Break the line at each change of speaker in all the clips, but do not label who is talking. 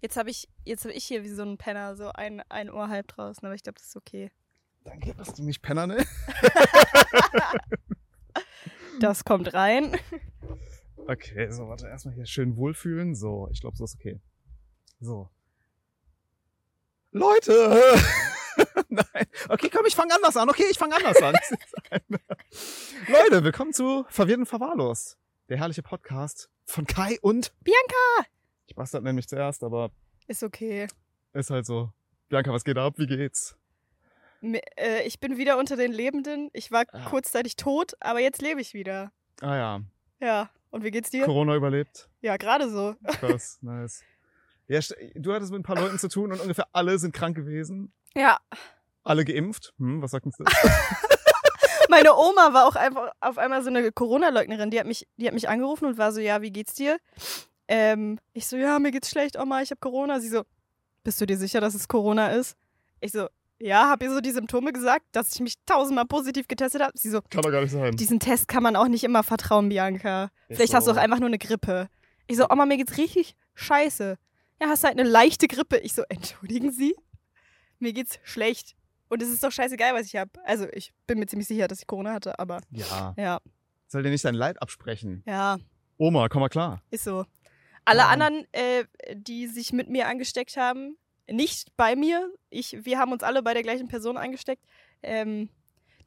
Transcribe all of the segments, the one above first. Jetzt habe ich, jetzt habe ich hier wie so ein Penner so ein, ein Ohr halb draußen, aber ich glaube, das ist okay.
Danke, dass du mich Penner nennst.
Das kommt rein.
Okay, so, warte, erstmal hier schön wohlfühlen. So, ich glaube, so ist okay. So. Leute! Nein. Okay, komm, ich fange anders an. Okay, ich fange anders an. Leute, willkommen zu Verwirrt und Verwahrlost. Der herrliche Podcast von Kai und
Bianca!
Ich bastard nämlich zuerst, aber
Ist okay.
ist halt so. Bianca, was geht ab? Wie geht's?
Mi- äh, Ich bin wieder unter den Lebenden. Ich war
Ah.
kurzzeitig tot, aber jetzt lebe ich wieder.
Ah ja,
Ja. Und wie geht's dir?
Corona überlebt.
Ja, gerade so.
Krass, nice. Ja, st- du hattest mit ein paar Leuten zu tun und ungefähr alle sind krank gewesen.
Ja.
Alle geimpft. Hm, was sagt uns das?
Meine Oma war auch einfach auf einmal so eine Corona-Leugnerin. Die hat mich, die hat mich angerufen und war so, ja, wie geht's dir? Ähm, ich so, ja, mir geht's schlecht, Oma, ich habe Corona. Sie so, bist du dir sicher, dass es Corona ist? Ich so, ja, hab ihr so die Symptome gesagt, dass ich mich tausendmal positiv getestet habe. Sie so,
Kann doch gar nicht sein.
diesen Test kann man auch nicht immer vertrauen, Bianca.
Ist
Vielleicht hast du auch
so.
einfach nur eine Grippe. Ich so, Oma, mir geht's richtig scheiße. Ja, hast halt eine leichte Grippe. Ich so, entschuldigen Sie? Mir geht's schlecht. Und es ist doch scheißegal, was ich habe. Also, ich bin mir ziemlich sicher, dass ich Corona hatte, aber
Ja.
ja,
Soll dir nicht dein Leid absprechen.
ja,
Oma, komm mal klar.
ist so. Alle
Ja.
anderen, äh, die sich mit mir angesteckt haben, nicht bei mir. Ich, wir haben uns alle bei der gleichen Person angesteckt. Ähm,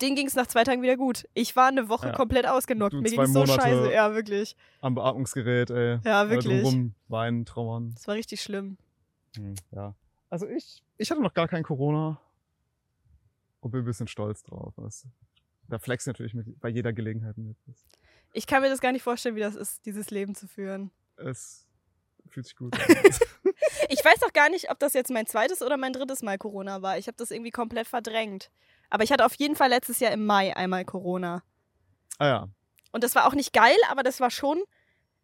denen ging's nach zwei Tagen wieder gut. Ich war eine Woche
Ja.
komplett ausgenockt.
Du
mir
zwei
ging's so
Monate.
scheiße. Ja, wirklich.
Am Beatmungsgerät, ey.
Ja, wirklich.
Rum, weinen, trauern.
Das war richtig schlimm.
Hm, ja. Also ich, ich hatte noch gar kein Corona. Und bin ein bisschen stolz drauf. Weißt du? Da flex ich natürlich mit, bei jeder Gelegenheit mit.
Ich kann mir das gar nicht vorstellen, wie das ist, dieses Leben zu führen.
Es fühlt sich gut an.
Ich weiß auch gar nicht, ob das jetzt mein zweites oder mein drittes Mal Corona war. Ich habe das irgendwie komplett verdrängt. Aber ich hatte auf jeden Fall letztes Jahr im Mai einmal Corona.
ah ja.
Und das war auch nicht geil, aber das war schon,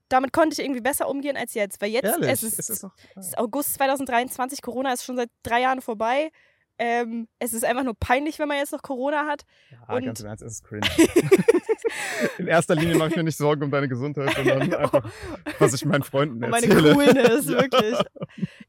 damit konnte ich irgendwie besser umgehen als jetzt. Weil jetzt,
Ehrlich.
es ist,
es ist doch,
es ist August 2023, Corona ist schon seit drei Jahren vorbei. Ähm, es ist einfach nur peinlich, wenn man jetzt noch Corona hat.
Ja,
Und-
ganz im Ernst, es ist cringe. In erster Linie mache ich mir nicht Sorgen um deine Gesundheit, sondern einfach, was ich meinen Freunden
Und Oh. Um meine
erzähle.
Coolness,
Ja.
wirklich.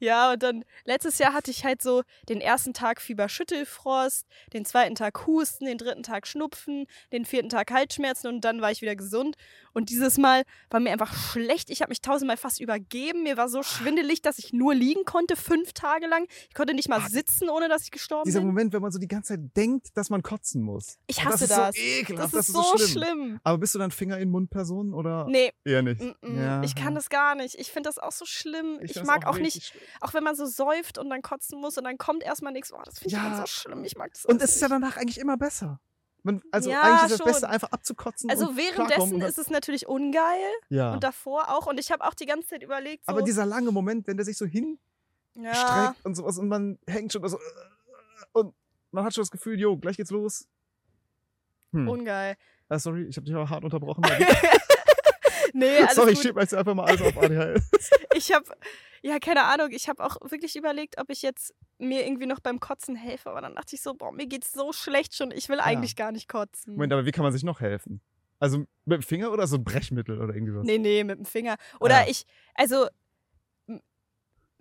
Ja, und dann letztes Jahr hatte ich halt so den ersten Tag Fieberschüttelfrost, den zweiten Tag Husten, den dritten Tag Schnupfen, den vierten Tag Halsschmerzen und dann war ich wieder gesund. Und dieses Mal war mir einfach schlecht. Ich habe mich tausendmal fast übergeben. Mir war so schwindelig, dass ich nur liegen konnte, fünf Tage lang. Ich konnte nicht mal
Ah,
sitzen, ohne dass ich gestorben
Dieser
bin.
Moment, wenn man so die ganze Zeit denkt, dass man kotzen muss.
Ich
Und
hasse
Das
das.
ist so ekelhaft,
Das ist so schlimm.
Aber bist du dann Finger in Mund-Person oder
Nee,
eher nicht?
mm, mm, ich kann das gar nicht. Ich finde das auch so schlimm. Ich,
find's
mag auch nicht
richtig schlimm.
auch wenn man so säuft und dann kotzen muss und dann kommt erstmal nichts, oh, das finde ich
Ja.
ganz so schlimm, ich mag das.
Und
alles
es ist ja danach eigentlich immer besser. Man, also
Ja,
eigentlich ist das
schon.
Beste, einfach abzukotzen.
nicht. also
und klarkommen und
währenddessen
dann,
ist es natürlich ungeil
ja.
und davor auch und ich habe auch die ganze Zeit überlegt, so,
Aber dieser lange Moment, wenn der sich so hin
ja,
streckt und sowas und man hängt schon so äh, und man hat schon das Gefühl, jo, gleich geht's los. Hm.
ungeil.
ah, sorry, ich habe dich aber hart unterbrochen.
Nee, alles
sorry, ich
gut.
schieb jetzt einfach mal alles auf ADHS.
Ich habe ja keine Ahnung, ich habe auch wirklich überlegt, ob ich jetzt mir irgendwie noch beim Kotzen helfe, aber dann dachte ich so, boah, mir geht's so schlecht schon, ich will eigentlich gar nicht kotzen.
Moment, aber wie kann man sich noch helfen? Also mit dem Finger oder so ein Brechmittel oder irgendwie was?
Nee, nee, mit dem Finger. Oder
Ah.
ich, also m-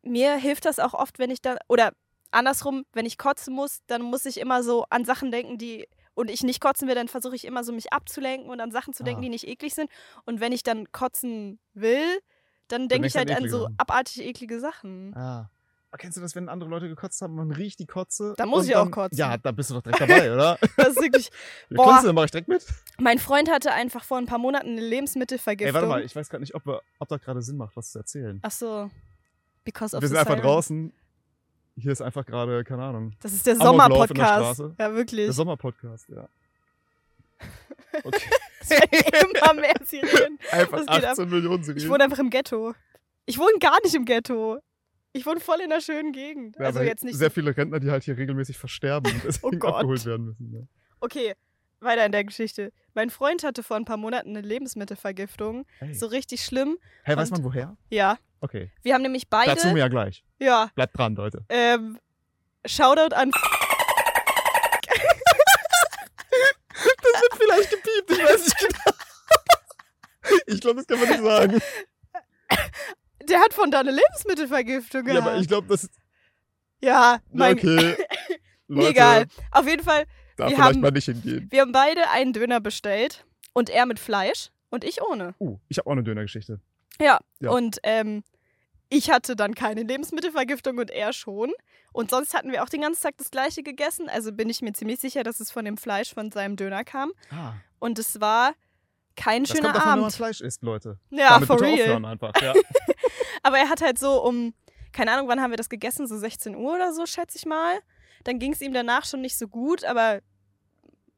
mir hilft das auch oft, wenn ich dann, oder andersrum, wenn ich kotzen muss, dann muss ich immer so an Sachen denken, die, und ich nicht kotzen will, dann versuche ich immer so mich abzulenken und an Sachen zu denken,
Ah.
die nicht eklig sind. Und wenn ich dann kotzen will, dann denke
denkst
ich
du
halt
an
an so
eklige Sachen.
abartig eklige Sachen.
Ah. Aber Kennst du das, wenn andere Leute gekotzt haben, man riecht die Kotze?
Da muss
und
ich auch
dann-
kotzen.
Ja, da bist du doch direkt dabei, oder?
Das ist wirklich,
Wie
Boah.
kommst du denn? Mach ich direkt mit?
mein Freund hatte einfach vor ein paar Monaten eine Lebensmittelvergiftung.
Ey, warte mal, ich weiß gerade nicht, ob, wir- ob das gerade Sinn macht, was zu erzählen.
Ach so. Because of
Wir
the
sind einfach
siren.
draußen. Hier ist einfach gerade, keine Ahnung,
Das ist der
Amoklauf in der
Sommerpodcast.
Straße.
Ja, wirklich.
der Sommerpodcast, ja. Okay,
Es werden immer mehr Sirenen.
einfach
Das geht
18
ab.
Millionen
Ich
Serien.
wohne einfach im Ghetto. Ich wohne gar nicht im Ghetto. Ich wohne voll in der schönen Gegend.
Ja,
also
aber
jetzt nicht. Oh
Sehr viele Rentner, die halt hier regelmäßig versterben und deswegen
Gott.
abgeholt werden müssen. Ja.
okay, weiter in der Geschichte. Mein Freund hatte vor ein paar Monaten eine Lebensmittelvergiftung.
Hey.
So richtig schlimm.
hey, weiß
und-
man woher?
Ja.
Okay,
Wir haben nämlich beide.
dazu mehr gleich.
ja.
Bleibt dran, Leute.
Ähm, Shoutout an.
wird vielleicht gepiept, ich weiß nicht genau. Ich glaube, das kann man nicht sagen.
Der hat von da eine Lebensmittelvergiftung gehabt.
Ja, aber ich glaube, das ist.
Ja, mein
Okay. Leute,
Egal. Auf jeden Fall,
Da
Wir
vielleicht
haben-
mal nicht hingehen.
wir haben beide einen Döner bestellt. Und er mit Fleisch und ich ohne.
Uh, ich habe auch eine Dönergeschichte.
Ja.
Ja.
Und ähm, ich hatte dann keine Lebensmittelvergiftung und er schon. Und sonst hatten wir auch den ganzen Tag das gleiche gegessen. Also bin ich mir ziemlich sicher, dass es von dem Fleisch von seinem Döner kam.
Ah,
Und es war kein
das
schöner
kommt davon, wenn man
Abend.
Fleisch isst, Leute.
Ja,
Damit
for
bitte
real.
aufhören einfach. Ja.
Aber er hat halt so um, keine Ahnung, wann haben wir das gegessen? So 16 Uhr oder so, schätze ich mal. Dann ging es ihm danach schon nicht so gut, aber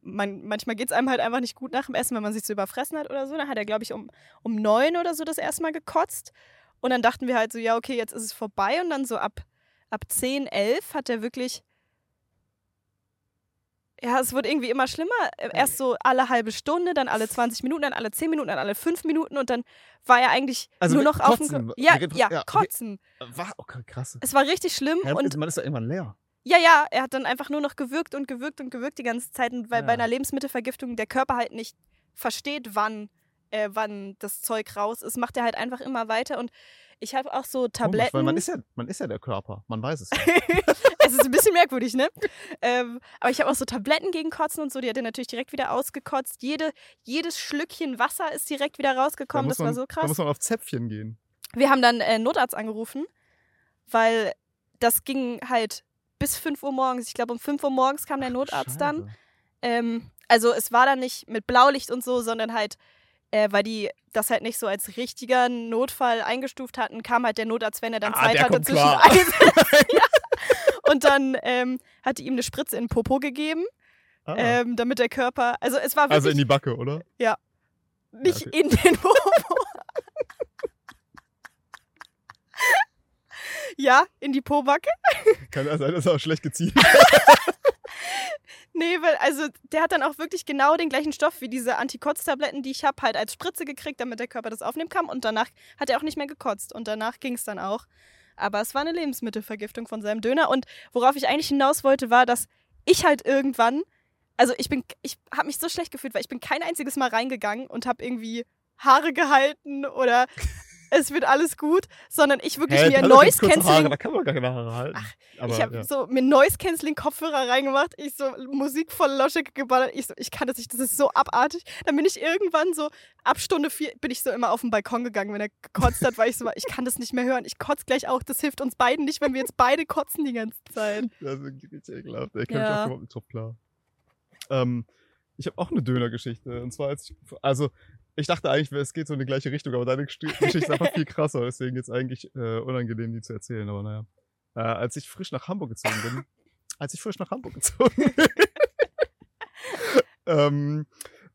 man, manchmal geht es einem halt einfach nicht gut nach dem Essen, wenn man sich so überfressen hat oder so. Dann hat er, glaube ich, um, um neun oder so das erste Mal gekotzt. Und dann dachten wir halt so, ja, okay, jetzt ist es vorbei. Und dann so ab, ab 10, 11 hat er wirklich. Ja, es wurde irgendwie immer schlimmer. Erst so alle halbe Stunde, dann alle 20 Minuten, dann alle 10 Minuten, dann alle 5 Minuten und dann war er eigentlich
Also
nur
wir-
noch auf
kotzen.
dem.
Wir
Ja,
reden-
ja,
ja, okay.
kotzen.
Was? Äh, Okay, krass.
Es war richtig schlimm
Ja,
und
man ist ja irgendwann leer.
ja, ja, er hat dann einfach nur noch gewürgt und gewürgt und gewürgt die ganze Zeit, und weil
Ja.
bei einer Lebensmittelvergiftung der Körper halt nicht versteht, wann, äh, wann das Zeug raus ist, macht er halt einfach immer weiter und ich habe auch so Tabletten.
Komisch, weil man ist, ja, man ist ja der Körper. Man weiß es. Ja.
es ist ein bisschen merkwürdig, ne? Ähm, aber ich habe auch so Tabletten gegen Kotzen und so, die hat er natürlich direkt wieder ausgekotzt. Jede, jedes Schlückchen Wasser ist direkt wieder
Da
rausgekommen,
muss
das war
man-
so
Da
krass.
muss man auf Zäpfchen gehen.
Wir haben dann äh, Notarzt angerufen, weil das ging halt bis 5 Uhr morgens. Ich glaube, um 5 Uhr morgens kam der Notarzt dann.
Scheiße.
Ähm, also es war dann nicht mit Blaulicht und so, sondern halt, äh, weil die das halt nicht so als richtiger Notfall eingestuft hatten, kam halt der Notarzt, wenn er dann
Ah,
Zeit
der
hatte
kommt
zwischen
klar.
Einsätzen. ja. Und dann ähm, hat die ihm eine Spritze in den Popo gegeben,
Ah,
ähm, damit der Körper, also es war
also
wirklich
in die Backe, oder?
nicht
Ja,
in den Popo. ja, in die Pobacke.
Kann ja sein, dass er auch schlecht gezielt
Nee, weil, also der hat dann auch wirklich genau den gleichen Stoff wie diese Antikotztabletten, die ich habe, halt als Spritze gekriegt, damit der Körper das aufnehmen kann. Und danach hat er auch nicht mehr gekotzt. Und danach ging es dann auch. Aber es war eine Lebensmittelvergiftung von seinem Döner. Und worauf ich eigentlich hinaus wollte, war, dass ich halt irgendwann, also ich bin, ich habe mich so schlecht gefühlt, weil ich bin kein einziges Mal reingegangen und habe irgendwie Haare gehalten oder es wird alles gut, sondern ich wirklich mir Noise Cancelling
Da kann man gar keine Haare halten. Aber,
ich habe
ja.
so mir Noise-Canceling-Kopfhörer reingemacht, ich so Musik voll Loschek geballert, ich so, ich kann das nicht, das ist so abartig. Dann bin ich irgendwann so, ab Stunde vier bin ich so immer auf den Balkon gegangen, wenn er gekotzt hat, weil ich so war, ich kann das nicht mehr hören, ich kotze gleich auch, das hilft uns beiden nicht, wenn wir jetzt beide kotzen die ganze Zeit.
Das ist wirklich ekelhaft. Ich komme
Ja.
ja. auch überhaupt nicht drauf klar. Ähm, ich habe auch eine Dönergeschichte. Und zwar, als ich, also ich dachte eigentlich, es geht so in die gleiche Richtung, aber deine Gesti- Geschichte ist einfach viel krasser. Deswegen jetzt eigentlich äh, unangenehm, die zu erzählen. Aber naja. Äh, als ich frisch nach Hamburg gezogen bin, als ich frisch nach Hamburg gezogen bin, ähm,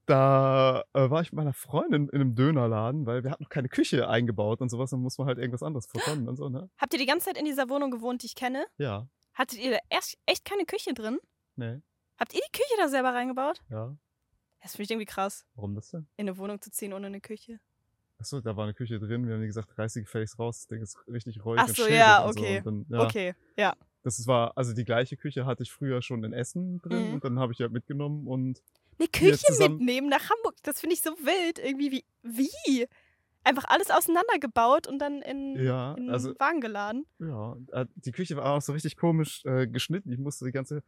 da äh, war ich mit meiner Freundin in einem Dönerladen, weil wir hatten noch keine Küche eingebaut und sowas, dann muss man halt irgendwas anderes verkommen und so, ne?
Habt ihr die ganze Zeit in dieser Wohnung gewohnt, die ich kenne?
Ja,
Hattet ihr da erst, echt keine Küche drin?
ne,
Habt ihr die Küche da selber reingebaut?
ja.
Das finde ich irgendwie krass,
Warum das denn?
in eine Wohnung zu ziehen ohne eine Küche.
Achso, da war eine Küche drin. Wir haben denen gesagt, reiß die gefälligst raus. Das Ding ist richtig räudig.
Ach
und
so,
schäbig
ja,
und so.
okay.
Und dann, ja,
Okay, ja.
Das war, also die gleiche Küche hatte ich früher schon in Essen drin
Mhm.
und dann habe ich ja mitgenommen und
Eine Küche
zusammen-
mitnehmen nach Hamburg, das finde ich so wild. Irgendwie wie. Wie? Einfach alles auseinandergebaut und dann in,
ja,
in
also
den Wagen geladen.
ja, äh, die Küche war auch so richtig komisch äh, geschnitten. Ich musste die ganze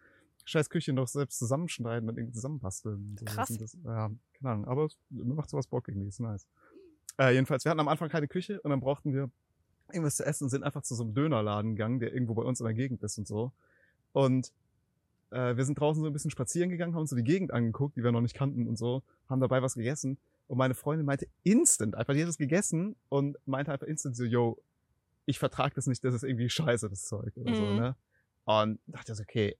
scheiß Küche noch selbst zusammenschneiden und irgendwie zusammenbasteln. und sowas.
Krass.
Und das, ja, keine Ahnung, aber es macht sowas Bock irgendwie, ist nice. Äh, jedenfalls, wir hatten am Anfang keine Küche und dann brauchten wir irgendwas zu essen und sind einfach zu so einem Dönerladen gegangen, der irgendwo bei uns in der Gegend ist und so. Und äh, wir sind draußen so ein bisschen spazieren gegangen, haben uns so die Gegend angeguckt, die wir noch nicht kannten und so, haben dabei was gegessen. Und meine Freundin meinte instant, einfach die hat das gegessen und meinte einfach instant so, yo, ich vertrag das nicht, das ist irgendwie scheiße, das Zeug oder so,
Mhm.
ne? Und dachte so, okay,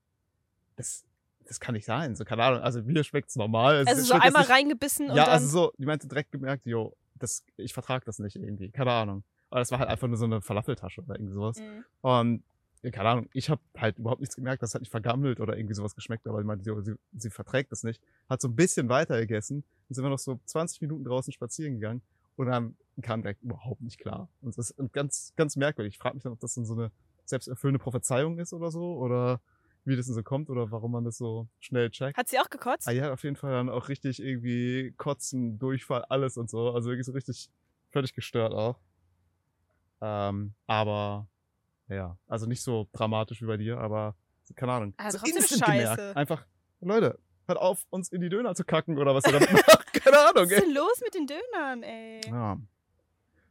das, das kann nicht sein, so keine Ahnung, also mir schmeckt's normal. es
Also so
schmeckt jetzt
einmal
nicht-
reingebissen und
ja,
dann.
also so, die meinte direkt gemerkt, yo, das, ich vertrag das nicht irgendwie, keine Ahnung. Aber das war halt einfach nur so eine Falafeltasche oder irgendwie sowas.
Mhm.
Und ja, keine Ahnung, ich habe halt überhaupt nichts gemerkt, das hat nicht vergammelt oder irgendwie sowas geschmeckt, aber ich meinte, sie, sie, sie verträgt das nicht. Hat so ein bisschen weiter gegessen und sind wir noch so 20 Minuten draußen spazieren gegangen und dann kam direkt überhaupt nicht klar. Und das ist ganz, ganz merkwürdig. Ich frage mich dann, ob das dann so eine selbsterfüllende Prophezeiung ist oder so oder wie das denn so kommt oder warum man das so schnell checkt.
Hat sie auch gekotzt?
Ah, die hat auf jeden Fall dann auch richtig irgendwie Kotzen, Durchfall, alles und so. Also wirklich so richtig völlig gestört auch. Ähm, aber ja, also nicht so dramatisch wie bei dir, aber keine Ahnung.
Aber
so
Ah, trotzdem
instant
scheiße.
Einfach, Leute, hört auf, uns in die Döner zu kacken oder was ihr damit macht. Keine Ahnung,
Was ist
ey.
denn los mit den Dönern, ey?
Ja.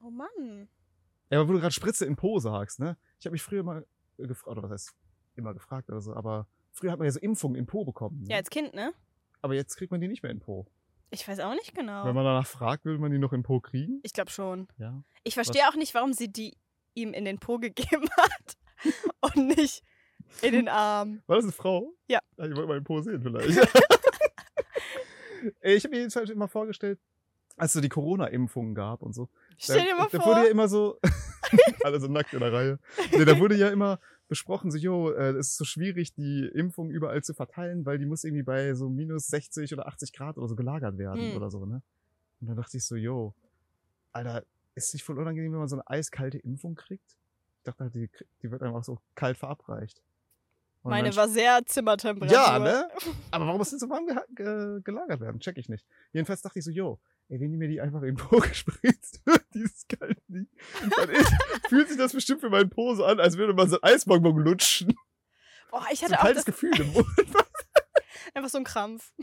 Oh Mann.
Ey, aber wo du gerade Spritze in Po sagst, ne? Ich habe mich früher mal äh, gefragt, oder was heißt, immer gefragt oder so, aber früher hat man ja so Impfungen im Po bekommen. Ne?
Ja, als Kind, ne?
aber jetzt kriegt man die nicht mehr in Po.
Ich weiß auch nicht
Wenn
genau.
man danach fragt, will man die noch in Po kriegen?
Ich glaube schon.
Ja.
Ich verstehe auch nicht, warum sie die ihm in den Po gegeben hat und nicht in den Arm.
War das eine Frau?
Ja.
ja ich wollte mal den Po sehen vielleicht. Ey, ich habe mir jedenfalls immer vorgestellt, als es so die Corona-Impfungen gab und so,
Stell dir mal
da
vor.
wurde ja immer so, alle so nackt in der Reihe. Nee, da wurde ja immer besprochen, so, jo, äh, es ist so schwierig, die Impfung überall zu verteilen, weil die muss irgendwie bei so minus 60 oder 80 Grad oder so gelagert werden
Hm.
oder so, ne? Und dann dachte ich so, jo, Alter, ist nicht voll unangenehm, wenn man so eine eiskalte Impfung kriegt? Ich dachte halt, die, krieg- die wird einfach so kalt verabreicht. Und
Meine
dann-
war sehr Zimmertemperatur.
ja, ne? Aber warum muss denn so warm geha- ge gelagert werden? Check ich nicht. Jedenfalls dachte ich so, jo, ey, wenn die mir die einfach in den Po gespritzt wird, dieses kalte Ding, dann ist, fühlt sich das bestimmt für meinen Po so an, als würde man so einen Eisbonbon lutschen.
Boah, ich
So ein
hatte auch das,
kaltes Gefühl im Mund.
einfach so einen Krampf.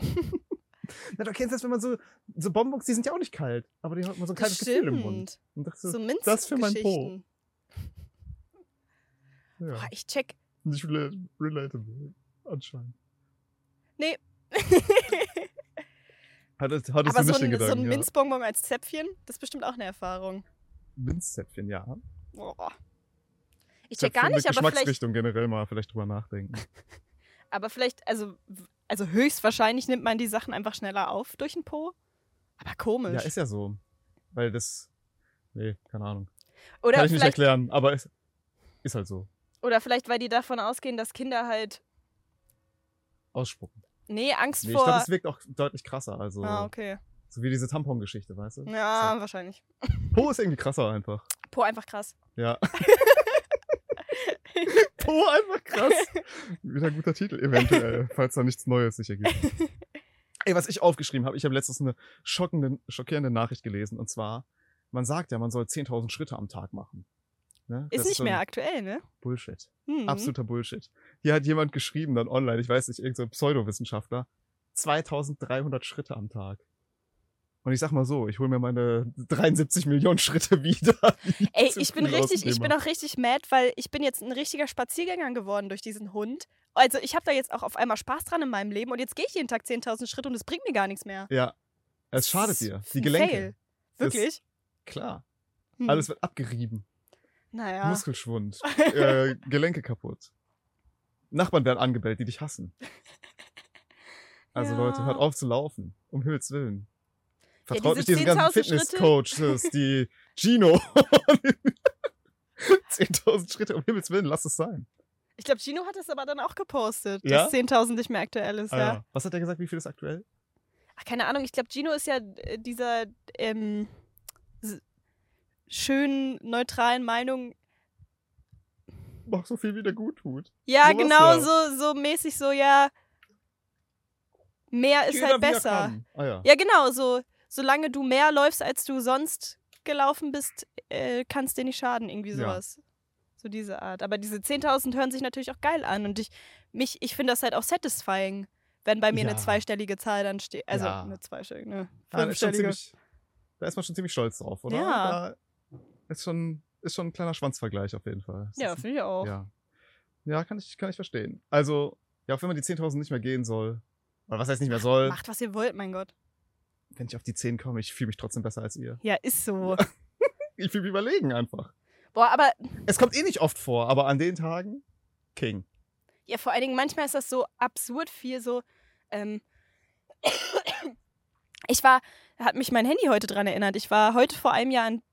Na, du kennst das, wenn man so, so Bonbons, die sind ja auch nicht kalt, aber die hat man so ein
Das
kaltes Gefühl im Mund.
stimmt.
Und dachte
So
so,
Minz
das für mein Po.
Boah,
ja,
ich check.
nicht rela- relatable, anscheinend. Hattest, hattest
Aber
du
so
nicht den
ein, so
Gedanken,
ein
ja.
Minzbonbon als Zäpfchen, das ist bestimmt auch eine Erfahrung.
Minzzäpfchen, ja.
Boah. Ich check gar
Zäpfchen
nicht, aber
mit
vielleicht,
Geschmacksrichtung generell mal vielleicht drüber nachdenken.
aber vielleicht, also, also höchstwahrscheinlich nimmt man die Sachen einfach schneller auf durch den Po. Aber komisch.
Ja, ist ja so. Weil das. Nee, keine Ahnung.
oder,
Kann ich nicht
vielleicht,
erklären, aber es ist halt so.
oder vielleicht, weil die davon ausgehen, dass Kinder halt,
Ausspucken.
nee, Angst
Nee, ich
vor.
glaube, es wirkt auch deutlich krasser. Also,
ah, okay.
so wie diese Tampon-Geschichte, weißt du?
Ja, wahrscheinlich.
Po ist irgendwie krasser einfach.
Po einfach krass.
Ja. po einfach krass. Wieder ein guter Titel, eventuell, falls da nichts Neues sich ergibt. Ey, was ich aufgeschrieben habe, ich habe letztens eine schockende, schockierende Nachricht gelesen. Und zwar, man sagt ja, man soll 10.000 Schritte am Tag machen. Ne?
Ist
Das
nicht
so
mehr
ein
aktuell, ne?
Bullshit.
Hm.
Absoluter Bullshit. Hier hat jemand geschrieben dann online, ich weiß nicht, irgendein so Pseudowissenschaftler, 2300 Schritte am Tag. Und ich sag mal so, ich hole mir meine 73 Millionen Schritte wieder.
Ey,
Zu
ich bin
viel aus
richtig,
dem
ich bin
Thema.
auch richtig mad, weil ich bin jetzt ein richtiger Spaziergänger geworden durch diesen Hund. Also ich habe da jetzt auch auf einmal Spaß dran in meinem Leben und jetzt gehe ich jeden Tag 10.000 Schritte und es bringt mir gar nichts mehr.
Ja, es schadet
Das ist
dir. Die
ein
Gelenke.
Fail.
Das-
Wirklich?
Klar.
Hm.
Alles wird abgerieben.
Naja.
Muskelschwund. äh, Gelenke kaputt. Nachbarn werden angebellt, die dich hassen. Also
Ja.
Leute, hört auf zu laufen. Um Himmels Willen. Vertraut
diese
nicht diesen ganzen
10.000 Schritte.
Fitness-Coaches, die Gino. 10.000 Schritte, um Himmels Willen, lass es sein.
Ich glaube, Gino hat das aber dann auch gepostet,
Ja?
dass 10.000 nicht mehr aktuell ist.
Ah,
ja.
ja. Was hat er gesagt, wie viel ist aktuell?
Ach, keine Ahnung, ich glaube, Gino ist ja äh, dieser ähm, s- schönen, neutralen Meinung.
Mach so viel, wie der gut tut.
Ja,
Sowas
genau,
ja.
so, so mäßig so, ja, mehr ist
Jeder,
halt
wie er
besser.
kann. Ah, ja.
Ja, genau, so solange du mehr läufst, als du sonst gelaufen bist, äh, kannst dir nicht schaden, irgendwie
Ja.
sowas. So diese Art. Aber diese 10.000 hören sich natürlich auch geil an und ich, mich, ich finde das halt auch satisfying, wenn bei mir
Ja.
eine zweistellige Zahl dann steht. Also
Ja.
eine zweistellige, ne?
Ah, da, ist schon
Fünfstellige.
ziemlich, da ist man schon ziemlich stolz drauf, oder?
Ja.
Da ist schon, ist schon ein kleiner Schwanzvergleich auf jeden Fall. Das
Ja,
ist-
finde ich auch.
Ja, ja kann, ich, kann ich verstehen. Also, ja, auch wenn man die 10.000 nicht mehr gehen soll, oder was heißt nicht mehr soll,
Macht, was ihr wollt, mein Gott.
wenn ich auf die 10 komme, ich fühle mich trotzdem besser als ihr.
Ja, ist so.
Ich fühle mich überlegen einfach.
Boah, aber
Es kommt eh nicht oft vor, aber an den Tagen, King.
ja, vor allen Dingen manchmal ist das so absurd viel so. Ähm, ich war, hat mich mein Handy heute dran erinnert. Ich war heute vor einem Jahr in.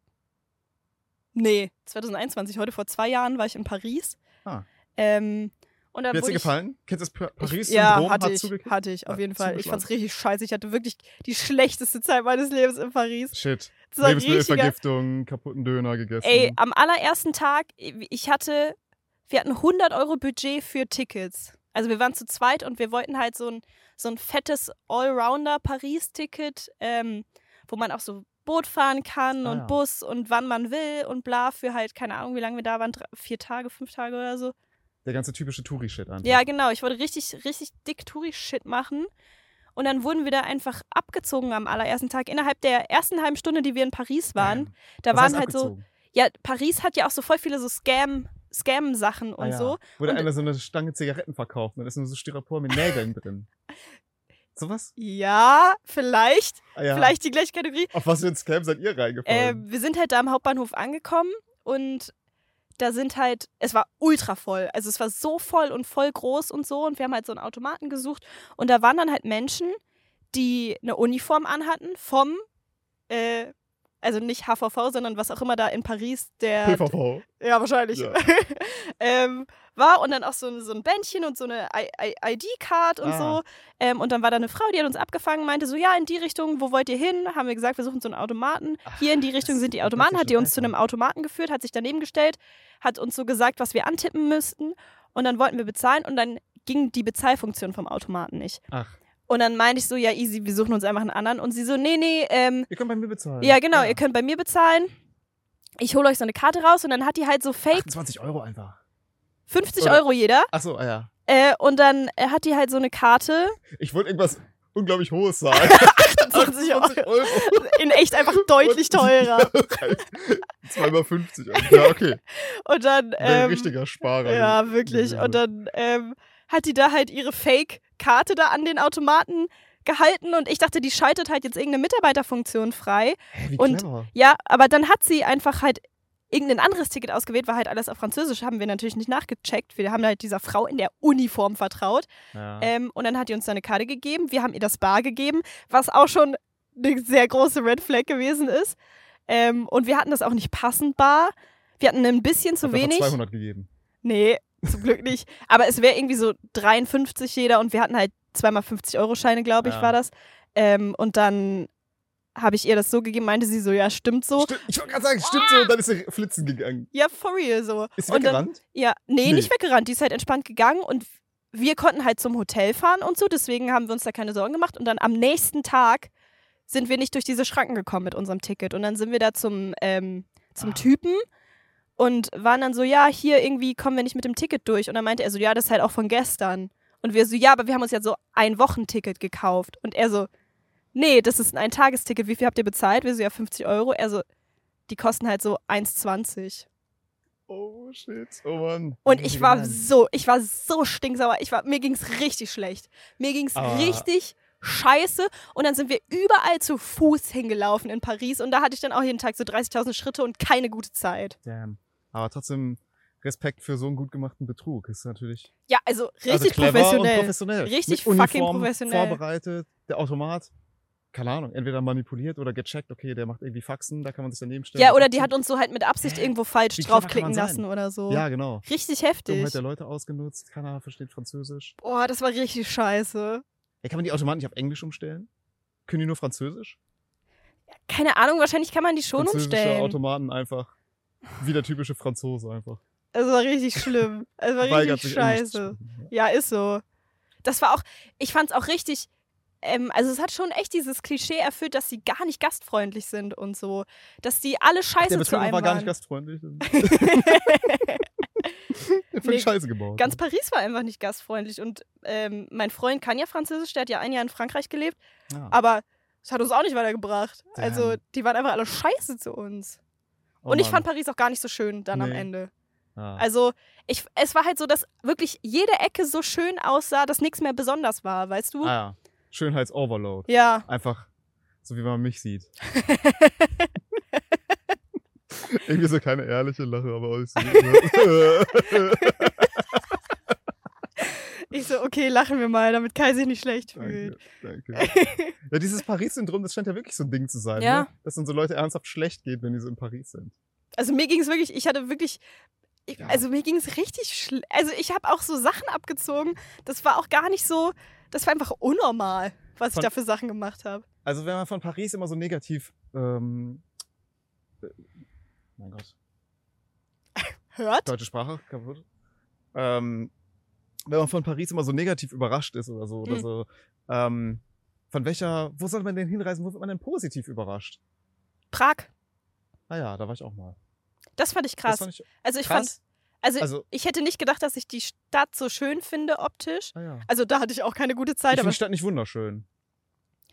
Nee, 2021, heute vor zwei Jahren war ich in Paris.
Ah.
Ähm, und da
Mir hat's
wurde
dir
ich,
gefallen? Kennst du das Pa-
Ich,
Paris-Syndrom?
ja,
Hat
hatte ich,
zuge-
hatte ich, auf
hat
jeden Fall. Ich
zugeschlagen.
fand's richtig scheiße. Ich hatte wirklich die schlechteste Zeit meines Lebens in Paris.
Shit.
Das war ein richtiger
Lebensmittelvergiftung, kaputten Döner gegessen.
Ey, am allerersten Tag, ich hatte, wir hatten 100 Euro Budget für Tickets. Also wir waren zu zweit und wir wollten halt so ein, so ein fettes Allrounder-Paris-Ticket, ähm, wo man auch so Boot fahren kann
Ah,
und
ja.
Bus und wann man will und bla für halt, keine Ahnung, wie lange wir da waren, drei, vier Tage, fünf Tage oder so.
Der ganze typische Touri-Shit einfach.
Ja, genau. Ich wollte richtig, richtig dick Touri-Shit machen. Und dann wurden wir da einfach abgezogen am allerersten Tag. Innerhalb der ersten halben Stunde, die wir in Paris waren, da
Was heißt
waren halt so.
abgezogen?
Ja, Paris hat ja auch so voll viele so Scam, Scam-Sachen und
Ah, ja.
so.
Wo der
Und-
einer so eine Stange Zigaretten verkauft und da ist nur so Styropor mit Nägeln drin. Sowas?
Ja, vielleicht.
Ah, ja.
Vielleicht die gleiche Kategorie.
Auf was für ein Scam seid ihr
Äh,
reingefallen?
wir sind halt da am Hauptbahnhof angekommen und da sind halt, es war ultra voll. Also es war so voll und voll groß und so. Und wir haben halt so einen Automaten gesucht. Und da waren dann halt Menschen, die eine Uniform anhatten vom, äh, also nicht HVV, sondern was auch immer da in Paris der.
PVV.
Ja, wahrscheinlich.
Ja.
ähm, war und dann auch so, ein- so ein Bändchen und so eine I- I- ID-Card und
Ah.
so. Ähm, und dann war da eine Frau, die hat uns abgefangen, meinte so, ja, in die Richtung, wo wollt ihr hin? Haben wir gesagt, wir suchen so einen Automaten. Hier in die Richtung
das
sind die
ist
Automaten, hat die uns
klassische
zu einem Automaten geführt, hat sich daneben gestellt, hat uns so gesagt, was wir antippen müssten. Und dann wollten wir bezahlen und dann ging die Bezahlfunktion vom Automaten nicht.
Ach,
Und dann meinte ich so, ja, easy, wir suchen uns einfach einen anderen. Und sie so, nee, nee, ähm,
ihr könnt bei mir bezahlen.
ja, genau. Ihr könnt bei mir bezahlen. Ich hole euch so eine Karte raus und dann hat die halt so Fake
28 Euro einfach.
50
Oder-
Euro jeder.
Achso, ah ja.
Äh, und dann äh, hat die halt so eine Karte.
Ich wollte irgendwas unglaublich Hohes sagen.
20 Euro.
Euro.
In echt einfach deutlich
Und-
teurer.
Zweimal 50. Euro. Ja, okay.
Und dann.
Bin ein
Ähm,
richtiger Sparer.
ja, wirklich. Und dann ähm, hat die da halt ihre Fake-Karte da an den Automaten gehalten und ich dachte, die schaltet halt jetzt irgendeine Mitarbeiterfunktion frei.
Hey, wie
und-
clever.
Ja, aber dann hat sie einfach halt irgendein anderes Ticket ausgewählt, war halt alles auf Französisch, haben wir natürlich nicht nachgecheckt. Wir haben halt dieser Frau in der Uniform vertraut.
Ja.
Ähm, und dann hat die uns da eine Karte gegeben. Wir haben ihr das Bar gegeben, was auch schon eine sehr große Red Flag gewesen ist. Ähm, und wir hatten das auch nicht passend Bar. Wir hatten ein bisschen zu
Hat einfach
wenig.
200 gegeben.
Nee, zum Glück nicht. Aber es wäre irgendwie so 53 jeder und wir hatten halt zweimal 50-Euro-Scheine, glaube ich,
Ja.
war das. Ähm, und dann habe ich ihr das so gegeben, meinte sie so, ja, stimmt so.
Stimmt, ich wollte gerade sagen, stimmt so, und dann ist er flitzen gegangen.
Ja, for real so.
Ist sie
und dann,
weggerannt?
ja, nee,
Nee.
nicht weggerannt. Die ist halt entspannt gegangen und wir konnten halt zum Hotel fahren und so. Deswegen haben wir uns da keine Sorgen gemacht. Und dann am nächsten Tag sind wir nicht durch diese Schranken gekommen mit unserem Ticket. Und dann sind wir da zum, ähm, zum
Ah.
Typen und waren dann so, ja, hier irgendwie kommen wir nicht mit dem Ticket durch. Und dann meinte er so, ja, das ist halt auch von gestern. Und wir so, ja, aber wir haben uns ja so ein Wochenticket gekauft. Und er so, nee, das ist ein Eintagesticket. Wie viel habt ihr bezahlt? Wir so, ja, 50 Euro. Er so, die kosten halt so 1,20.
Oh shit, oh Mann.
Und
Ist sie
ich war
gerannt?
so, ich war so stinksauer. Ich war, mir ging's richtig schlecht. Mir ging's
Aber-
richtig scheiße. Und dann sind wir überall zu Fuß hingelaufen in Paris. Und da hatte ich dann auch jeden Tag so 30.000 Schritte und keine gute Zeit.
Damn. Aber trotzdem Respekt für so einen gut gemachten Betrug. Ist natürlich.
Ja, also
also
richtig
clever Und
professionell.
professionell.
Richtig
Mit
fucking
Uniform
professionell.
Vorbereitet, der Automat. Keine Ahnung, entweder manipuliert oder gecheckt, okay, der macht irgendwie Faxen, da kann man sich daneben stellen.
Ja,
und
oder die
faxen.
hat uns so halt mit Absicht
Hä?
irgendwo falsch
Wie clever kann
draufklicken
man sein?
lassen oder so.
Ja, genau.
Richtig
Dummheit
heftig.
der Leute ausgenutzt, keiner versteht Französisch.
Boah, das war richtig scheiße.
Ja, kann man die Automaten nicht auf Englisch umstellen? Können die nur Französisch?
Keine Ahnung, wahrscheinlich kann man die schon
Französische
umstellen.
Automaten einfach. Wie der typische Franzose einfach.
Es war richtig schlimm. Es war
Weigert
richtig
sich Englisch zu
scheiße.
sprechen.
Ja, ist so. Das war auch, ich fand's auch richtig, ähm, also es hat schon echt dieses Klischee erfüllt, dass sie gar nicht gastfreundlich sind und so. Dass die alle scheiße
Der
zu
Betrüger
einem
war gar nicht
waren.
gastfreundlich. Völlig
Nee,
scheiße gebaut.
Ganz Paris war einfach nicht gastfreundlich. Und ähm, mein Freund kann ja Französisch, der hat ja ein Jahr in Frankreich gelebt,
ja.
aber es hat uns auch nicht weitergebracht.
Damn.
Also die waren einfach alle scheiße zu uns.
Oh
und ich
Mann.
fand Paris auch gar nicht so schön dann am
Nee.
Ende.
Ja.
Also ich, es war halt so, dass wirklich jede Ecke so schön aussah, dass nichts mehr besonders war, weißt du?
ah, ja. Schönheits-Overload.
Ja.
Einfach so, wie man mich sieht. Irgendwie so keine ehrliche Lache, aber ne? auch nicht so.
Ich so, okay, lachen wir mal, damit Kai sich nicht schlecht fühlt.
Danke, danke. Ja, dieses Paris-Syndrom, das scheint ja wirklich so ein Ding zu sein,
Ja.
ne? dass dann so Leute ernsthaft schlecht geht, wenn die so in Paris sind.
Also mir ging es wirklich, ich hatte wirklich, ich,
Ja.
also mir ging es richtig schl Also ich habe auch so Sachen abgezogen, das war auch gar nicht so, das war einfach unnormal, was ich
Von-
da für Sachen gemacht habe.
Also wenn man von Paris immer so negativ, ähm, äh, mein Gott,
Hört?
deutsche Sprache kaputt. Ähm, wenn man von Paris immer so negativ überrascht ist oder so, oder
Mhm.
so, ähm, von welcher, wo soll man denn hinreisen, wo wird man denn positiv überrascht?
Prag.
Ah ja, da war ich auch mal.
Das fand ich
Das
krass.
fand ich,
also ich
krass.
fand, also,
also,
ich hätte nicht gedacht, dass ich die Stadt so schön finde optisch.
ah ja.
Also da hatte ich auch keine gute
Ich
Zeit.
finde
Aber,
die Stadt nicht wunderschön.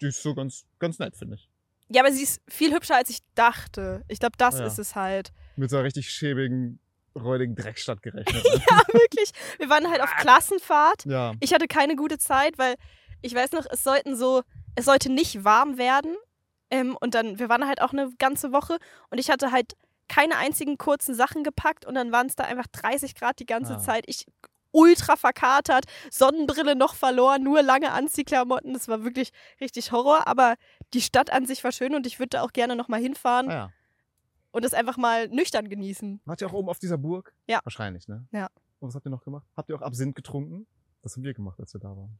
Die ist so ganz, ganz nett, finde ich.
ja, aber sie ist viel hübscher, als ich dachte. Ich glaube, das
Ah ja.
ist es halt.
Mit so einer richtig schäbigen, räudigen Dreckstadt gerechnet. Ne?
ja, wirklich. Wir waren halt
Ah.
auf Klassenfahrt.
ja.
Ich hatte keine gute Zeit, weil ich weiß noch, es sollten so, es sollte nicht warm werden. Ähm, und dann, wir waren halt auch eine ganze Woche und ich hatte halt keine einzigen kurzen Sachen gepackt und dann waren es da einfach 30 Grad die ganze
Ah.
Zeit. Ich ultra verkatert, Sonnenbrille noch verloren, nur lange Anziehklamotten. Das war wirklich richtig Horror, aber die Stadt an sich war schön und ich würde da auch gerne nochmal hinfahren
Ah ja.
und das einfach mal nüchtern genießen.
Wart ihr auch oben auf dieser Burg?
Ja.
Wahrscheinlich, ne?
Ja.
Und was habt ihr noch gemacht? Habt ihr auch Absinth getrunken? Das haben wir gemacht, als wir da waren.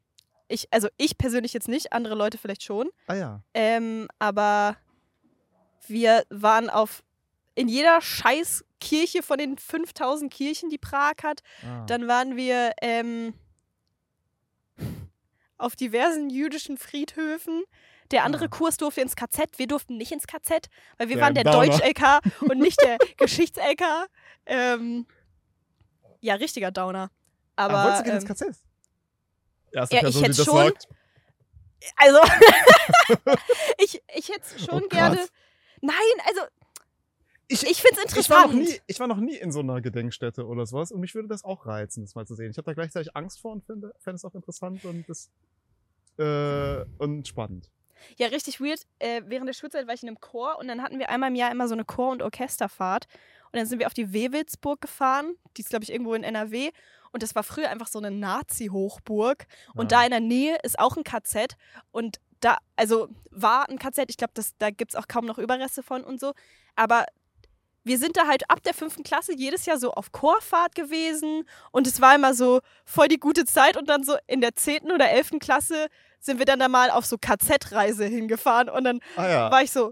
Ich, also ich persönlich jetzt nicht, andere Leute vielleicht schon.
Ah ja.
Ähm, aber wir waren auf in jeder Scheißkirche von den 5000 Kirchen, die Prag hat.
Ah.
Dann waren wir ähm, auf diversen jüdischen Friedhöfen. Der andere
Ah.
Kurs durfte ins KZ, wir durften nicht ins KZ, weil wir
Ja,
waren der
Downer.
Deutsch-LK und nicht der Geschichts-LK. Ähm, ja, richtiger Downer. Aber,
ah, wolltest du gerne
ähm,
ins KZ? Erste
ja, ich
Person, die
hätt's
das
schon
sagt.
Also, ich, ich hätte es schon
Oh, krass.
gerne. Nein, also,
Ich-
ich, finde es
Ich war, noch
interessant.
nie, ich war noch nie in so einer Gedenkstätte oder sowas und mich würde das auch reizen, das mal zu sehen. Ich habe da gleichzeitig Angst vor und finde fände es auch interessant und, das, äh, und spannend.
Ja, richtig weird. Äh, während der Schulzeit war ich in einem Chor und dann hatten wir einmal im Jahr immer so eine Chor- und Orchesterfahrt. Und dann sind wir auf die Wewelsburg gefahren. Die ist, glaube ich, irgendwo in NRW. Und das war früher einfach so eine Nazi-Hochburg. Und
Ja.
da in der Nähe ist auch ein KZ. Und da, also war ein KZ. Ich glaube, das- da gibt es auch kaum noch Überreste von und so. Aber wir sind da halt ab der fünften Klasse jedes Jahr so auf Chorfahrt gewesen. Und es war immer so voll die gute Zeit. Und dann so in der zehnten oder elften Klasse sind wir dann da mal auf so KZ-Reise hingefahren. Und dann
Ah ja,
war ich so,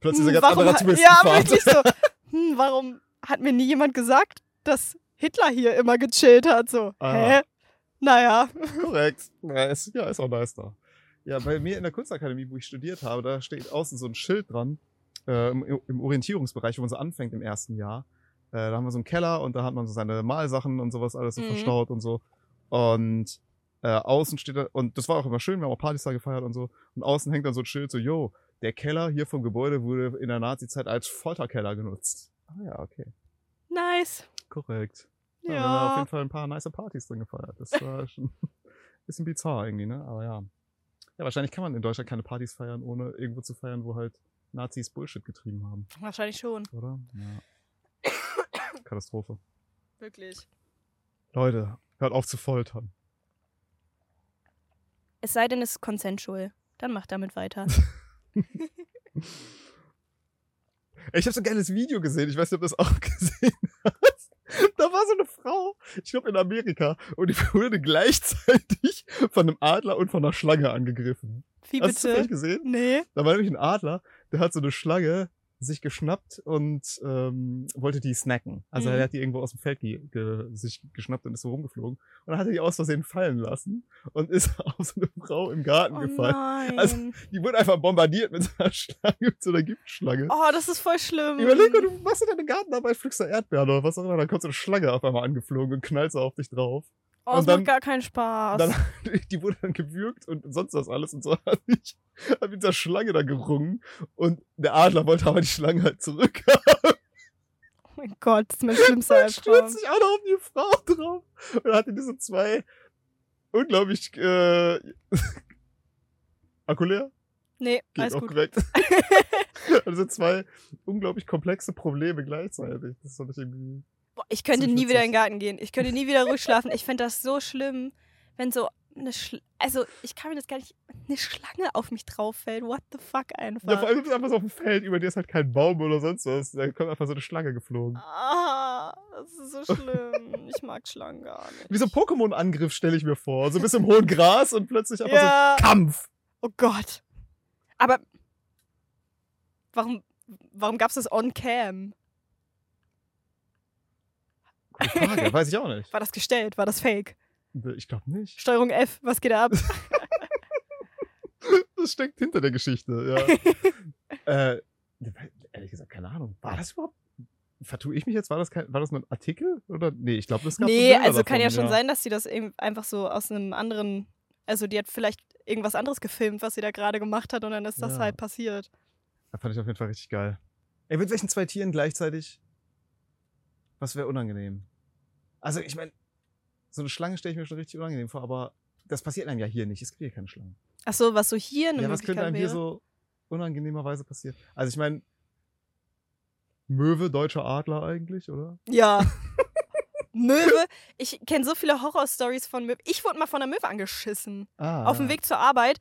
plötzlich ist
hm,
ein ganz
warum,
anderer
ha- ja,
Touristenfahrt.
wirklich so, hm, warum hat mir nie jemand gesagt, dass Hitler hier immer gechillt hat? So,
Ah.
hä? Naja,
Korrekt. Ja ist, ja, ist auch nice da. Ja, bei mir in der Kunstakademie, wo ich studiert habe, da steht außen so ein Schild dran, äh, im, im Orientierungsbereich, wo man so anfängt im ersten Jahr. Äh, da haben wir so einen Keller und da hat man so seine Malsachen und sowas alles so
Mhm.
verstaut und so. Und äh, außen steht da, und das war auch immer schön, wir haben auch Partys da gefeiert und so. Und außen hängt dann so ein Schild so, yo, der Keller hier vom Gebäude wurde in der Nazizeit als Folterkeller genutzt. Ah ja, okay.
nice.
Korrekt. Ja. Da haben wir auf
Ja.
jeden Fall ein paar nice Partys drin gefeiert. Das war schon ein bisschen bizarr irgendwie, ne? Aber ja. Ja, wahrscheinlich kann man in Deutschland keine Partys feiern, ohne irgendwo zu feiern, wo halt Nazis Bullshit getrieben haben,
Wahrscheinlich schon,
oder? Ja. Katastrophe.
wirklich.
Leute, hört auf zu foltern.
Es sei denn, es ist consensual. Dann mach damit weiter.
Ey, Ich habe so ein geiles Video gesehen, ich weiß nicht, ob du das auch gesehen hast. Da war so eine Frau, ich glaube in Amerika, und die wurde gleichzeitig von einem Adler und von einer Schlange angegriffen.
Wie
Hast du das
bitte?
vielleicht gesehen?
Nee.
Da war nämlich ein Adler, der hat so eine Schlange sich geschnappt und ähm, wollte die snacken. Also
Mhm.
er hat die irgendwo aus dem Feld ge ge sich geschnappt und ist so rumgeflogen. Und dann hat er die aus Versehen fallen lassen und ist auf so eine Frau im Garten
Oh
gefallen.
nein.
Also- Die wurde einfach bombardiert mit so einer Schlange, mit so einer Giftschlange.
oh, das ist voll schlimm.
Überleg mal, du machst in deine Gartenarbeit, pflückst da Erdbeeren oder was auch immer, dann kommt so eine Schlange auf einmal angeflogen und knallt so auf dich drauf.
oh, es
und dann-
macht gar keinen Spaß.
Dann, die wurde dann gewürgt und sonst was alles und so hat ich hab mit der Schlange da gerungen und der Adler wollte aber die Schlange halt zurück.
oh mein Gott, das ist mein schlimmster
Dann
Albtraum.
stürzt sich auch noch auf die Frau drauf und hatte diese zwei unglaublich äh, akulär
Nee,
geht
alles
auch
gut.
korrekt. also zwei unglaublich komplexe Probleme gleichzeitig. Das fand ich irgendwie
Boah, ich könnte
Ziemlich
nie wieder in
witzig.
den Garten gehen. Ich könnte nie wieder ruhig schlafen. Ich fände das so schlimm, wenn so eine Schl Also, ich kann mir das gar nicht. Eine Schlange auf mich drauf fällt. What the fuck einfach.
Ja, vor allem ist einfach so auf dem Feld, über dir ist halt kein Baum oder sonst was. Da kommt einfach so eine Schlange geflogen.
ah, das ist so schlimm. Ich mag Schlangen gar nicht.
Wie so ein Pokémon-Angriff stelle ich mir vor. So ein bisschen im hohen Gras und plötzlich einfach
ja.
so Kampf.
Oh Gott. Aber warum, warum gab es das on cam?
Gute Frage, weiß ich auch nicht.
War das gestellt? War das fake?
Ich glaube nicht.
Steuerung F, was geht da ab?
Das steckt hinter der Geschichte, ja. äh, das überhaupt. Vertue ich mich jetzt? War das, kein, war das ein Artikel? Oder? Nee, ich glaube, das gab
Nee,
einen Bilder
also kann ja
davon,
schon sein, dass sie das eben einfach so aus einem anderen. Also die hat vielleicht irgendwas anderes gefilmt, was sie da gerade gemacht hat und dann ist das
Ja.
halt passiert.
Das fand ich auf jeden Fall richtig geil. Ey, mit welchen zwei Tieren gleichzeitig? Was wäre unangenehm? Also, ich meine, so eine Schlange stelle ich mir schon richtig unangenehm vor, aber das passiert einem ja hier nicht. Es gibt hier keine Schlangen.
Ach so, was so hier eine
Ja, was
Möglichkeit
könnte einem hier
wäre.
so unangenehmerweise passieren? Also, ich meine, Möwe, deutscher Adler eigentlich, oder?
Ja. Möwe. Ich kenne so viele Horrorstories von Möwe. Ich wurde mal von einer Möwe angeschissen.
Ah,
Auf dem Weg zur Arbeit,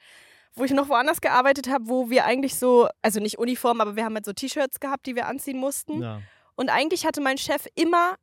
wo ich noch woanders gearbeitet habe, wo wir eigentlich so, also nicht Uniform, aber wir haben halt so T-Shirts gehabt, die wir anziehen mussten.
Ja.
Und eigentlich hatte mein Chef immer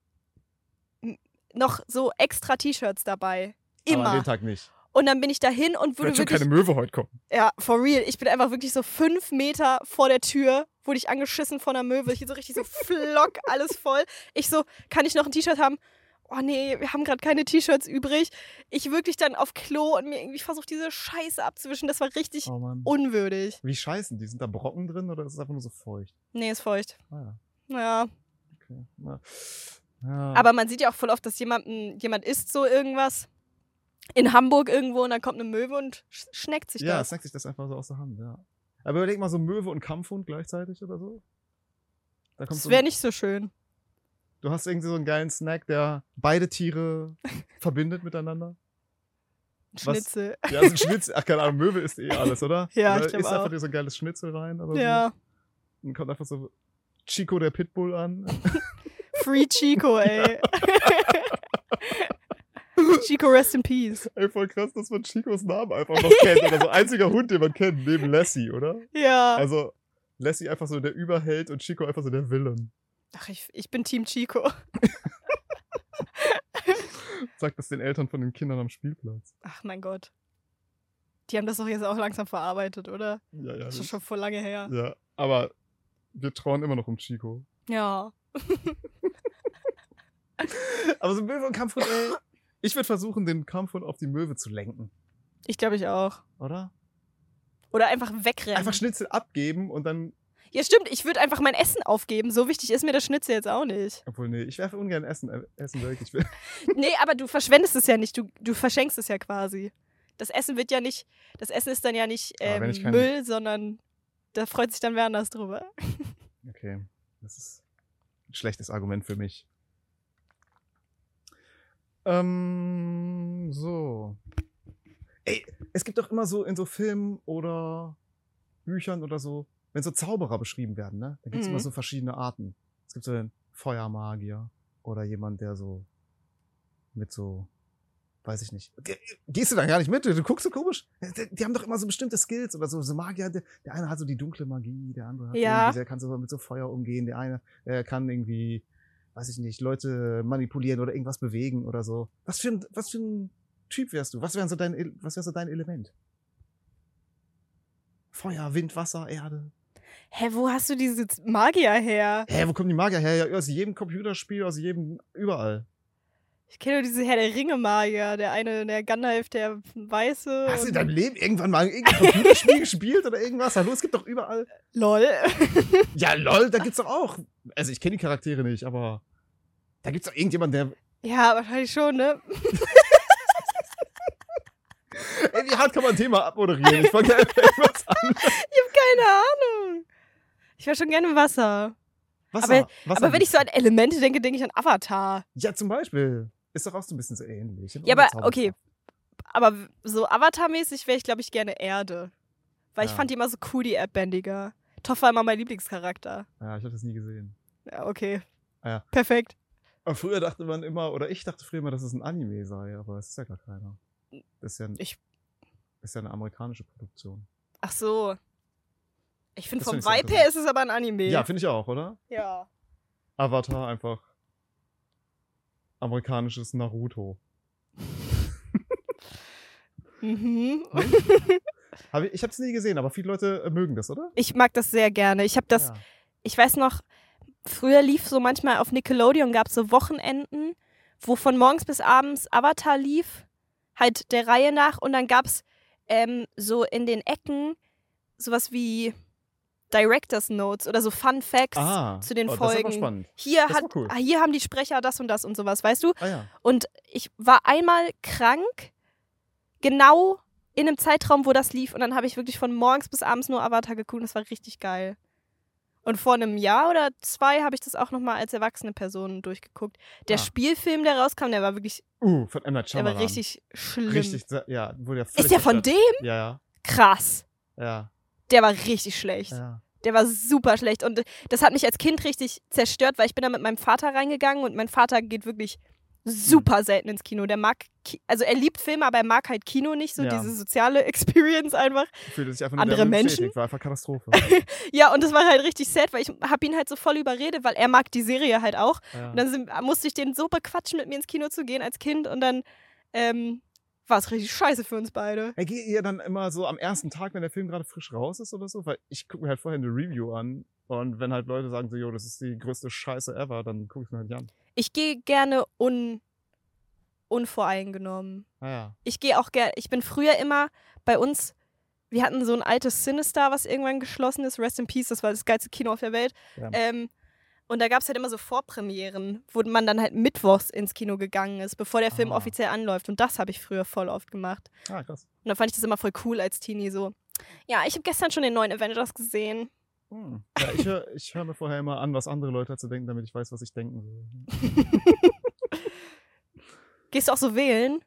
m- noch so extra T-Shirts dabei.
Aber an
Immer.
dem Tag nicht.
Und dann bin ich dahin und wurde
Wird schon
wirklich.
keine Möwe heute kommen.
Ja, for real. Ich bin einfach wirklich so fünf Meter vor der Tür, wurde ich angeschissen von einer Möwe. Ich so richtig so flock, alles voll. Ich so, kann ich noch ein T-Shirt haben? Oh nee, wir haben gerade keine T-Shirts übrig. Ich wirklich dann auf Klo und mir irgendwie versucht, diese Scheiße abzuwischen. Das war richtig
Oh Mann.
unwürdig.
Wie scheißen die? Sind da Brocken drin oder ist es einfach nur so feucht?
Nee, ist feucht.
Ah, ja.
Ja.
Okay. Na, ja.
Aber man sieht ja auch voll oft, dass jemand, jemand isst so irgendwas in Hamburg irgendwo und dann kommt eine Möwe und sch schneckt sich
ja,
das.
snackt sich das einfach so aus der Hand, ja. Aber überleg mal so Möwe und Kampfhund gleichzeitig oder so. Da kommt
Das
so,
wäre nicht so schön.
du hast irgendwie so einen geilen Snack, der beide Tiere verbindet miteinander. Was-
Schnitzel.
Ja, so ein Schnitzel. Ach, keine Ahnung, Möwe isst eh alles, oder?
Ja,
oder
ich glaub
isst einfach
auch.
dir so ein geiles Schnitzel rein. Oder
Ja.
So. Und kommt einfach so Chico der Pitbull an.
Free Chico, ey. Chico, rest in peace.
Ey, voll krass, dass man Chicos Namen einfach noch kennt. Oder so einziger Hund, den man kennt, neben Lassie, oder?
Ja.
Also Lassie einfach so der Überheld und Chico einfach so der Villain.
Ach, ich, ich bin Team Chico.
Sagt das den Eltern von den Kindern am Spielplatz.
Ach, mein Gott. Die haben das doch jetzt auch langsam verarbeitet, oder?
Ja, ja.
Das
das-
ist schon voll lange her.
Ja, aber wir trauen immer noch um Chico.
Ja.
Aber so Möwe und Kampfhund, ey. Ich würde versuchen, den Kampfhund auf die Möwe zu lenken,
Ich glaube, ich auch.
oder?
Oder einfach wegrennen.
Einfach Schnitzel abgeben und dann.
ja, stimmt. Ich würde einfach mein Essen aufgeben. So wichtig ist mir das Schnitzel jetzt auch nicht.
Obwohl, nee, ich werfe ungern Essen, äh, Essen weg. Ich will,
Nee, aber du verschwendest es ja nicht. Du, du verschenkst es ja quasi. Das Essen wird ja nicht. Das Essen ist dann ja nicht
Aber wenn
ähm,
ich keinen-
Müll, sondern da freut sich dann wer anders drüber.
okay, das ist ein schlechtes Argument für mich. Ähm, so. Ey, es gibt doch immer so in so Filmen oder Büchern oder so, wenn so Zauberer beschrieben werden, ne? Da gibt's
Mhm.
immer so verschiedene Arten. Es gibt so den Feuermagier oder jemand, der so mit so, weiß ich nicht. Ge- Gehst du da gar nicht mit? Du guckst so komisch. Die, die haben doch immer so bestimmte Skills oder so. So Magier, der, der eine hat so die dunkle Magie, der andere hat
Ja.
irgendwie- der kann so mit so Feuer umgehen, der eine der kann irgendwie, weiß ich nicht, Leute manipulieren oder irgendwas bewegen oder so. Was für ein, was für ein Typ wärst du? Was wären so dein, El- was wär so dein Element? Feuer, Wind, Wasser, Erde.
Hä, wo hast du diese Z- Magier her?
Hä, wo kommen die Magier her? Ja, aus jedem Computerspiel, aus jedem, überall.
Ich kenne nur diese Herr der Ringe-Magier. Der eine, der Gandalf, der Weiße.
Hast du in
und-
deinem Leben irgendwann mal irgendein Computerspiel gespielt oder irgendwas? Hallo, es gibt doch überall.
Lol.
Ja, lol, da gibt's doch auch. Also ich kenne die Charaktere nicht, aber da gibt's doch irgendjemand, der.
ja, wahrscheinlich schon, ne?
Ey, wie hart kann man ein Thema abmoderieren? Ich fange irgendwas an.
Keine Ahnung. Ich war schon gerne im Wasser.
Wasser,
Aber-
Wasser
Aber wenn ich so an Elemente denke, denke ich an Avatar.
Ja, zum Beispiel. Ist doch auch so ein bisschen so ähnlich.
Ja, aber okay. Aber w- so Avatar-mäßig wäre ich, glaube ich, gerne Erde. Weil ich
Ja.
fand die immer so cool, die Erdbändiger. Toff war immer mein Lieblingscharakter.
Ja, ich habe das nie gesehen.
Ja, okay.
Ah, ja.
Perfekt.
Aber früher dachte man immer, oder ich dachte früher immer, dass es ein Anime sei, aber es ist ja gar keiner. Das ist ja, ein,
Ich-
ist ja eine amerikanische Produktion.
Ach so. Ich finde,
Das
vom
find ich sehr
Vibe her ist es aber ein Anime.
Ja, finde ich auch, oder?
ja.
Avatar einfach amerikanisches Naruto.
Mhm.
Hab ich ich habe es nie gesehen, aber viele Leute äh, mögen das, oder?
Ich mag das sehr gerne. Ich habe das,
ja.
ich weiß noch, früher lief so manchmal auf Nickelodeon, gab es so Wochenenden, wo von morgens bis abends Avatar lief, halt der Reihe nach. Und dann gab es ähm, so in den Ecken sowas wie Directors Notes oder so Fun Facts
Ah,
zu den
oh, Das ist aber
Folgen.
spannend.
hier,
Das
hat,
war cool.
ah, hier haben die Sprecher das und das und sowas, weißt du?
Ah ja.
Und ich war einmal krank, genau in einem Zeitraum, wo das lief. Und dann habe ich wirklich von morgens bis abends nur Avatar geguckt und das war richtig geil. Und vor einem Jahr oder zwei habe ich das auch nochmal als erwachsene Person durchgeguckt. Der
Ah.
Spielfilm, der rauskam, der war wirklich,
Uh, von M. Night
der
Shyamalan.
war richtig schlimm.
Richtig, ja. Wurde ja
Ist der von dem?
dem? Ja,
Krass.
ja, ja,
Der war richtig schlecht.
ja.
Der war super schlecht. Und das hat mich als Kind richtig zerstört, weil ich bin da mit meinem Vater reingegangen und mein Vater geht wirklich
Hm.
super selten ins Kino. Der mag, Ki also er liebt Filme, aber er mag halt Kino nicht, so
Ja.
diese soziale Experience einfach.
Fühlte sich einfach nur
Andere
damit
Menschen?
bestätigt, War einfach Katastrophe.
Ja, und das war halt richtig sad, weil ich habe ihn halt so voll überredet, weil er mag die Serie halt auch.
ja.
Und dann sind, musste ich den so bequatschen, mit mir ins Kino zu gehen als Kind und dann ähm, war es richtig scheiße für uns beide.
Hey, geht ihr dann immer so am ersten Tag, wenn der Film gerade frisch raus ist oder so? Weil ich gucke mir halt vorher eine Review an und wenn halt Leute sagen so, jo, das ist die größte Scheiße ever, dann gucke ich mir halt nicht an.
Ich gehe gerne un, unvoreingenommen.
Ah ja.
ich gehe auch gerne, ich bin früher immer bei uns, wir hatten so ein altes Sinister, was irgendwann geschlossen ist, Rest in Peace, das war das geilste Kino auf der Welt.
Ja.
Ähm, und da gab es halt immer so Vorpremieren, wo man dann halt mittwochs ins Kino gegangen ist, bevor der Film
Ah.
offiziell anläuft. Und das habe ich früher voll oft gemacht.
Ah, krass.
Und da fand ich das immer voll cool als Teenie so. Ja, ich habe gestern schon den neuen Avengers gesehen.
Hm. Ja, ich höre ich hör mir vorher immer an, was andere Leute dazu denken, damit ich weiß, was ich denken will.
Gehst du auch so wählen?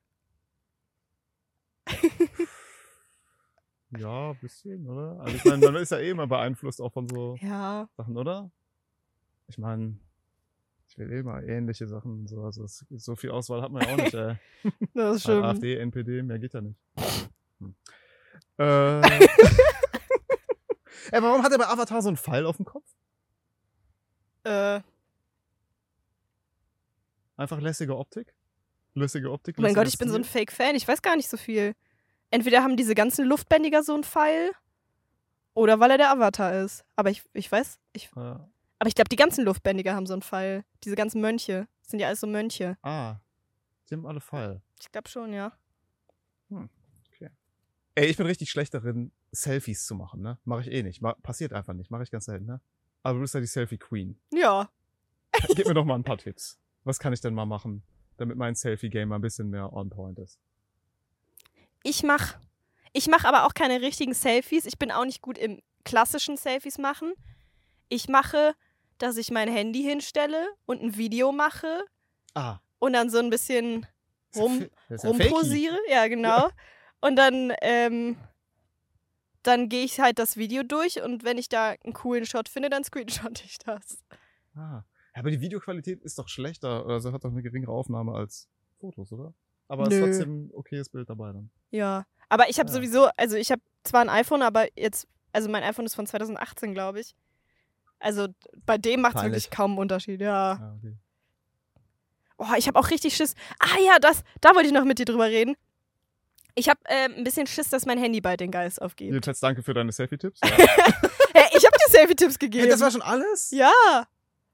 Ja, ein bisschen, oder? Also ich meine, man ist ja eh immer beeinflusst auch von so
Ja.
Sachen, oder? Ich meine, ich will eh immer ähnliche Sachen. und So, also es, so viel Auswahl hat man ja auch nicht, ey. Also,
Das ist
Halt
schön.
AfD, NPD, mehr geht ja nicht. Hm. Äh. Ey, warum hat er bei Avatar so einen Pfeil auf dem Kopf?
Äh,
Einfach lässige Optik? Lässige Optik?
oh mein Gott,
lässiger
ich bin so ein
Stil?
Fake-Fan. Ich weiß gar nicht so viel. Entweder haben diese ganzen Luftbändiger so einen Pfeil oder weil er der Avatar ist. Aber ich, ich weiß, ich,
Äh,
aber ich glaube, die ganzen Luftbändiger haben so einen Pfeil. Diese ganzen Mönche. Das sind ja alles so Mönche.
ah, die haben alle Pfeil.
Ich glaube schon, ja.
Ey, ich bin richtig schlecht darin, Selfies zu machen, ne? Mache ich eh nicht. Ma passiert einfach nicht. Mache ich ganz selten, ne? Aber du bist ja die Selfie-Queen.
Ja.
Gib mir doch mal ein paar Tipps. Was kann ich denn mal machen, damit mein Selfie-Game mal ein bisschen mehr on point ist?
Ich mach, ich mach aber auch keine richtigen Selfies. Ich bin auch nicht gut im klassischen Selfies machen. Ich mache, dass ich mein Handy hinstelle und ein Video mache
Ah.
und dann so ein bisschen
ist ja
Rum-
fi- das ist ja fakey.
rumposiere, ja genau. Und dann, ähm, dann gehe ich halt das Video durch und wenn ich da einen coolen Shot finde, dann screenshot ich das.
Ah. Ja, Aber die Videoqualität ist doch schlechter, also hat doch eine geringere Aufnahme als Fotos, oder? Aber
Nö.
ist trotzdem ein okayes Bild dabei dann.
Ja. Aber ich habe
Ja.
sowieso, also ich habe zwar ein iPhone, aber jetzt, also mein iPhone ist von 2018, glaube ich. Also bei dem macht es
Peinlich.
wirklich kaum einen Unterschied, ja.
Ja, okay.
Oh, ich habe auch richtig Schiss. Ah ja, das, da wollte ich noch mit dir drüber reden. Ich habe äh, ein bisschen Schiss, dass mein Handy bald den Geist aufgibt.
Jedenfalls danke für deine Selfie-Tipps. Ja.
Hey, ich habe dir Selfie-Tipps gegeben.
Hey, das war schon alles?
ja.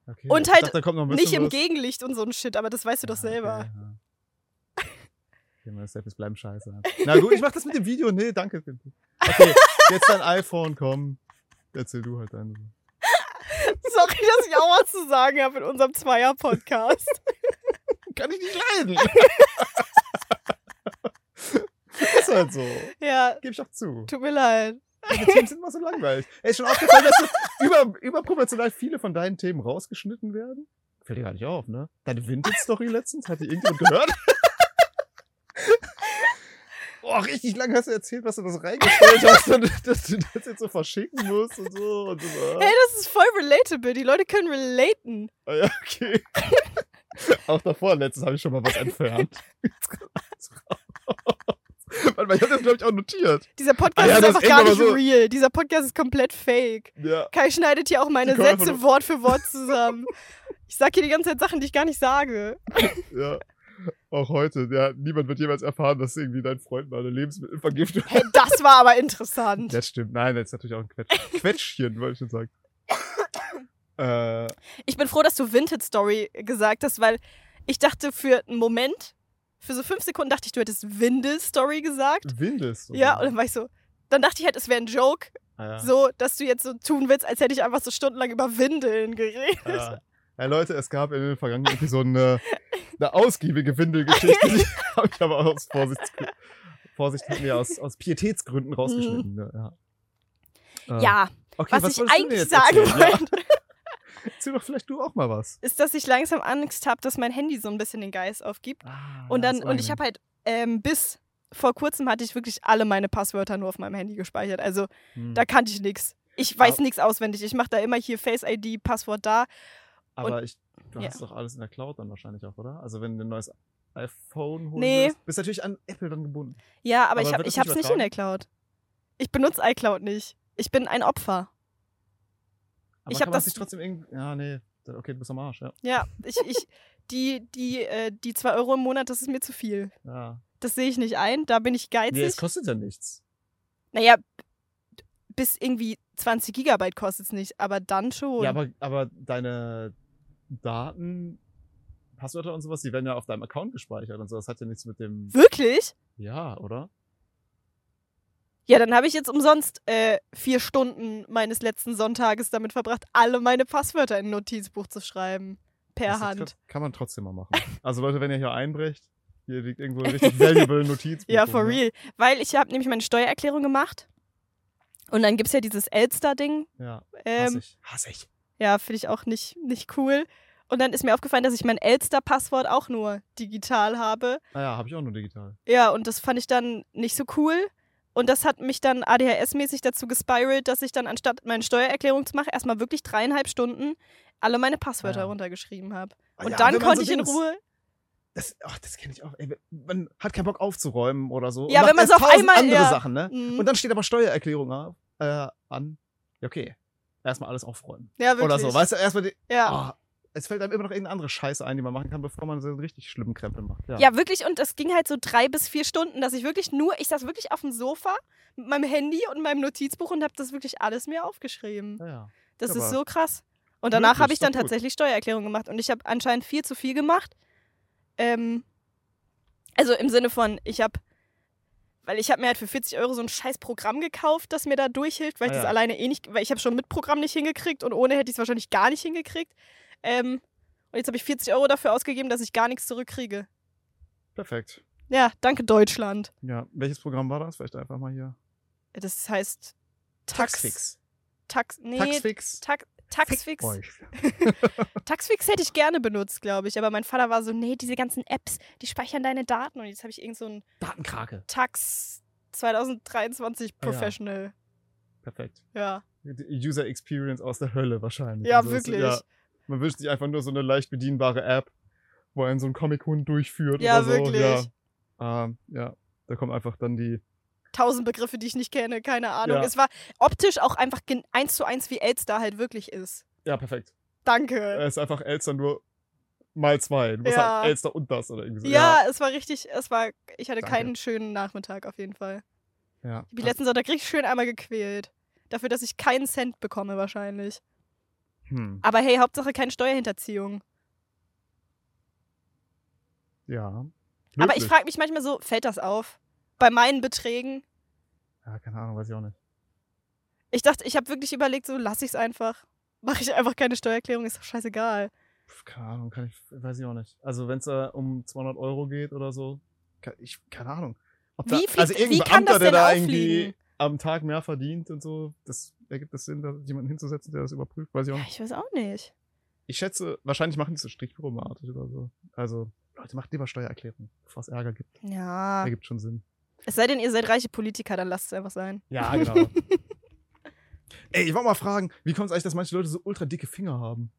Okay,
Und
ich
halt
dachte, da kommt noch ein bisschen
Nicht im
was. Ah,
Gegenlicht und so ein Shit, aber das weißt du doch
Ja,
selber.
Okay, ja. okay, meine Selfies bleiben scheiße. Na gut, ich mach das mit dem Video. Nee, danke. Okay, jetzt dein iPhone, komm. Erzähl du halt deine.
Sorry, dass ich auch was zu sagen habe in unserem Zweier-Podcast.
Kann ich nicht leiden. ist halt so.
ja,
Gebe ich doch zu.
tut mir leid.
Deine Themen sind immer so langweilig. Ey, ist schon aufgefallen, dass so über, überproportional viele von deinen Themen rausgeschnitten werden? Fällt dir gar nicht auf, ne? Deine Vintage-Story letztens, hat die irgendjemand gehört? Boah, richtig lang hast du erzählt, was du das reingestellt hast und dass du das jetzt so verschicken musst und so. Und so.
Hey, das ist voll relatable. Die Leute können relaten.
Ah, ja, okay. Auch davor, letztens habe ich schon mal was entfernt. Jetzt kommt alles raus. Warte mal, ich habe das, glaube ich, auch notiert.
Dieser Podcast
Ah ja,
ist
das
einfach
ist
gar
aber
nicht
so-
real. Dieser Podcast ist komplett fake.
Ja.
Kai schneidet hier auch meine
Die kommen einfach
Sätze
nur-
Wort für Wort zusammen. ich sag hier die ganze Zeit Sachen, die ich gar nicht sage.
Ja. Auch heute. Ja, niemand wird jemals erfahren, dass irgendwie dein Freund mal eine Lebensmittelvergiftung
Hey, das war aber interessant.
Das stimmt. Nein, das ist natürlich auch ein Quetsch Quetschchen, wollte ich schon sagen. Äh,
Ich bin froh, dass du Vintage Story gesagt hast, weil ich dachte für einen Moment, für so fünf Sekunden dachte ich, du hättest Windel Story gesagt.
Windes.
Ja, und dann war ich so, dann dachte ich halt, es wäre ein Joke.
Mhm. Ah, ja.
So, dass du jetzt so tun willst, als hätte ich einfach so stundenlang über Windeln geredet.
Ja. ja, Äh, Leute, es gab in den vergangenen Episoden eine, eine ausgiebige Windelgeschichte. Die habe ich aber aus Vorsicht, Vorsicht mir aus, aus Pietätsgründen rausgeschnitten. ne? Ja. Äh,
Ja,
okay,
was, ich
wolltest du mir
eigentlich
jetzt
sagen
erzählen?
wollte,
Ja, erzähl doch vielleicht du auch mal was.
ist, dass ich langsam Angst habe, dass mein Handy so ein bisschen den Geist aufgibt.
Ah,
Und
ja,
dann,
ist
und ich habe halt ähm, bis vor kurzem hatte ich wirklich alle meine Passwörter nur auf meinem Handy gespeichert. Also
unangenehm. Hm.
da kannte ich nichts. Ich weiß nichts auswendig. Ich mache da immer hier Face ID, Passwort da.
Aber ich, du
ja.
hast doch alles in der Cloud dann wahrscheinlich auch, oder? Also wenn du ein neues iPhone holen
Nee.
willst, bist du natürlich an Apple dann gebunden.
Ja, aber,
Aber
ich, hab,
wird das
ich hab's
nicht
nicht in der Cloud. Ich benutze iCloud nicht. Ich bin ein Opfer.
Aber
Ich
kann
hab
man
das-
sich trotzdem irgendwie. Ja, nee. Da- Okay, du bist am Arsch, ja.
Ja, ich, ich, die, die, äh, die zwei Euro im Monat, das ist mir zu viel.
ja.
Das sehe ich nicht ein. Da bin ich
Nee, es
geizig.
kostet ja nichts.
naja, bis irgendwie 20 Gigabyte kostet's nicht, aber dann schon.
Ja, aber, aber deine Daten, Passwörter und sowas, die werden ja auf deinem Account gespeichert und so. Das hat ja nichts mit dem.
Wirklich?
Ja, oder?
Ja, dann habe ich jetzt umsonst äh, vier Stunden meines letzten Sonntages damit verbracht, alle meine Passwörter in ein Notizbuch zu schreiben. Per
Das
Hand.
Kann man trotzdem mal machen. Also Leute, wenn ihr hier einbrecht, hier liegt irgendwo ein richtig valuable Notizbuch.
Ja,
rum,
for
ne?
real. Weil ich habe nämlich meine Steuererklärung gemacht. Und dann gibt es ja dieses Elster-Ding.
Ja, hasse
Ähm,
ich. Hasse ich.
ja, finde ich auch nicht, nicht cool. Und dann ist mir aufgefallen, dass ich mein Elster-Passwort auch nur digital habe.
Naja, habe Ah ich auch nur digital.
Ja, und das fand ich dann nicht so cool. Und das hat mich dann ADHS-mäßig dazu gespiralt, dass ich dann anstatt meine Steuererklärung zu machen, erstmal wirklich dreieinhalb Stunden alle meine Passwörter
Ja.
runtergeschrieben habe.
Ah,
Und
ja,
dann
wenn man
konnte
so
ich in
Dings-
Ruhe.
Das, ach, das kenne ich auch. Ey, man hat keinen Bock aufzuräumen oder so.
Ja,
und
wenn man
macht erst
so auf
tausend
einmal-
andere
ja.
Sachen, ne?
Mhm.
Und dann steht aber Steuererklärung auf, äh, an. Ja, okay. Erstmal alles aufräumen.
ja, wirklich.
Oder so. Weißt du, erstmal die.
ja.
Oh, es fällt einem immer noch irgendeine andere Scheiße ein, die man machen kann, bevor man so einen richtig schlimmen Krempel macht. Ja.
Ja, wirklich, und das ging halt so drei bis vier Stunden, dass ich wirklich nur, ich saß wirklich auf dem Sofa mit meinem Handy und meinem Notizbuch und habe das wirklich alles mir aufgeschrieben.
Ja, ja.
Das
aber
ist so krass. Und danach
möglich,
habe ich
ist doch
dann
gut.
tatsächlich Steuererklärung gemacht und ich habe anscheinend viel zu viel gemacht. Ähm, also im Sinne von, ich habe, weil ich habe mir halt für 40 Euro so ein scheiß Programm gekauft, das mir da durchhilft, weil ich
Ah,
das
ja.
alleine eh nicht, weil ich habe schon mit Programm nicht hingekriegt und ohne hätte ich es wahrscheinlich gar nicht hingekriegt. Ähm, und jetzt habe ich 40 Euro dafür ausgegeben, dass ich gar nichts zurückkriege.
Perfekt.
Ja, danke Deutschland.
Ja. Welches Programm war das? Vielleicht einfach mal hier.
Das heißt Tax, Tax, nee, Taxfix.
Taxfix.
Tax, Taxfix.
Fick euch.
Taxfix hätte ich gerne benutzt, glaube ich. Aber mein Vater war so, nee, diese ganzen Apps, die speichern deine Daten. Und jetzt habe ich irgend so ein
Datenkrake.
Tax 2023
Ah, ja.
Professional.
Perfekt.
Ja,
Die User Experience aus der Hölle wahrscheinlich.
ja,
Also es-
wirklich.
ja. Man wünscht sich einfach nur so eine leicht bedienbare App, wo einen so ein Comic-Hund durchführt
Ja,
oder so.
wirklich.
Ja. Ähm, ja, da kommen einfach dann die.
Tausend Begriffe, die ich nicht kenne, keine Ahnung.
Ja.
Es war optisch auch einfach gen- eins zu eins, wie Elster halt wirklich ist.
Ja, perfekt.
Danke.
Es ist einfach Elster nur mal zwei. Du musst
Ja.
halt Elster und das oder irgendwie so.
ja, es war richtig, es war, ich hatte
Danke.
keinen schönen Nachmittag auf jeden Fall.
ja. ja.
Ich bin letzten Sonntag richtig schön einmal gequält. Dafür, dass ich keinen Cent bekomme wahrscheinlich.
Hm.
Aber hey, Hauptsache keine Steuerhinterziehung.
Ja.
Aber ich
Möglich.
frage mich manchmal so, fällt das auf? Bei meinen Beträgen?
Ja, keine Ahnung, weiß ich auch nicht.
Ich dachte, ich habe wirklich überlegt, so lass ich es einfach. Mache ich einfach keine Steuererklärung, ist doch scheißegal.
Pff, Keine Ahnung, kann ich, weiß ich auch nicht. Also, wenn es äh, um 200 Euro geht oder so, ke- ich, keine Ahnung. Ob
Wie viel-
also, irgendein
wie kann das
Beamter, der
denn
da
auffliegen?
irgendwie am Tag mehr verdient und so, das ergibt es Sinn, da jemanden hinzusetzen, der das überprüft, weiß ich auch
Ja,
nicht.
ich weiß auch nicht.
Ich schätze, wahrscheinlich machen die so strichbüromatig oder so. Also, Leute, macht lieber Steuererklärung, bevor es Ärger gibt.
Ja.
Ergibt schon Sinn.
Es sei denn, ihr seid reiche Politiker, dann lasst es einfach sein.
Ja, genau. Ey, ich wollte mal fragen, wie kommt es eigentlich, dass manche Leute so ultra dicke Finger haben?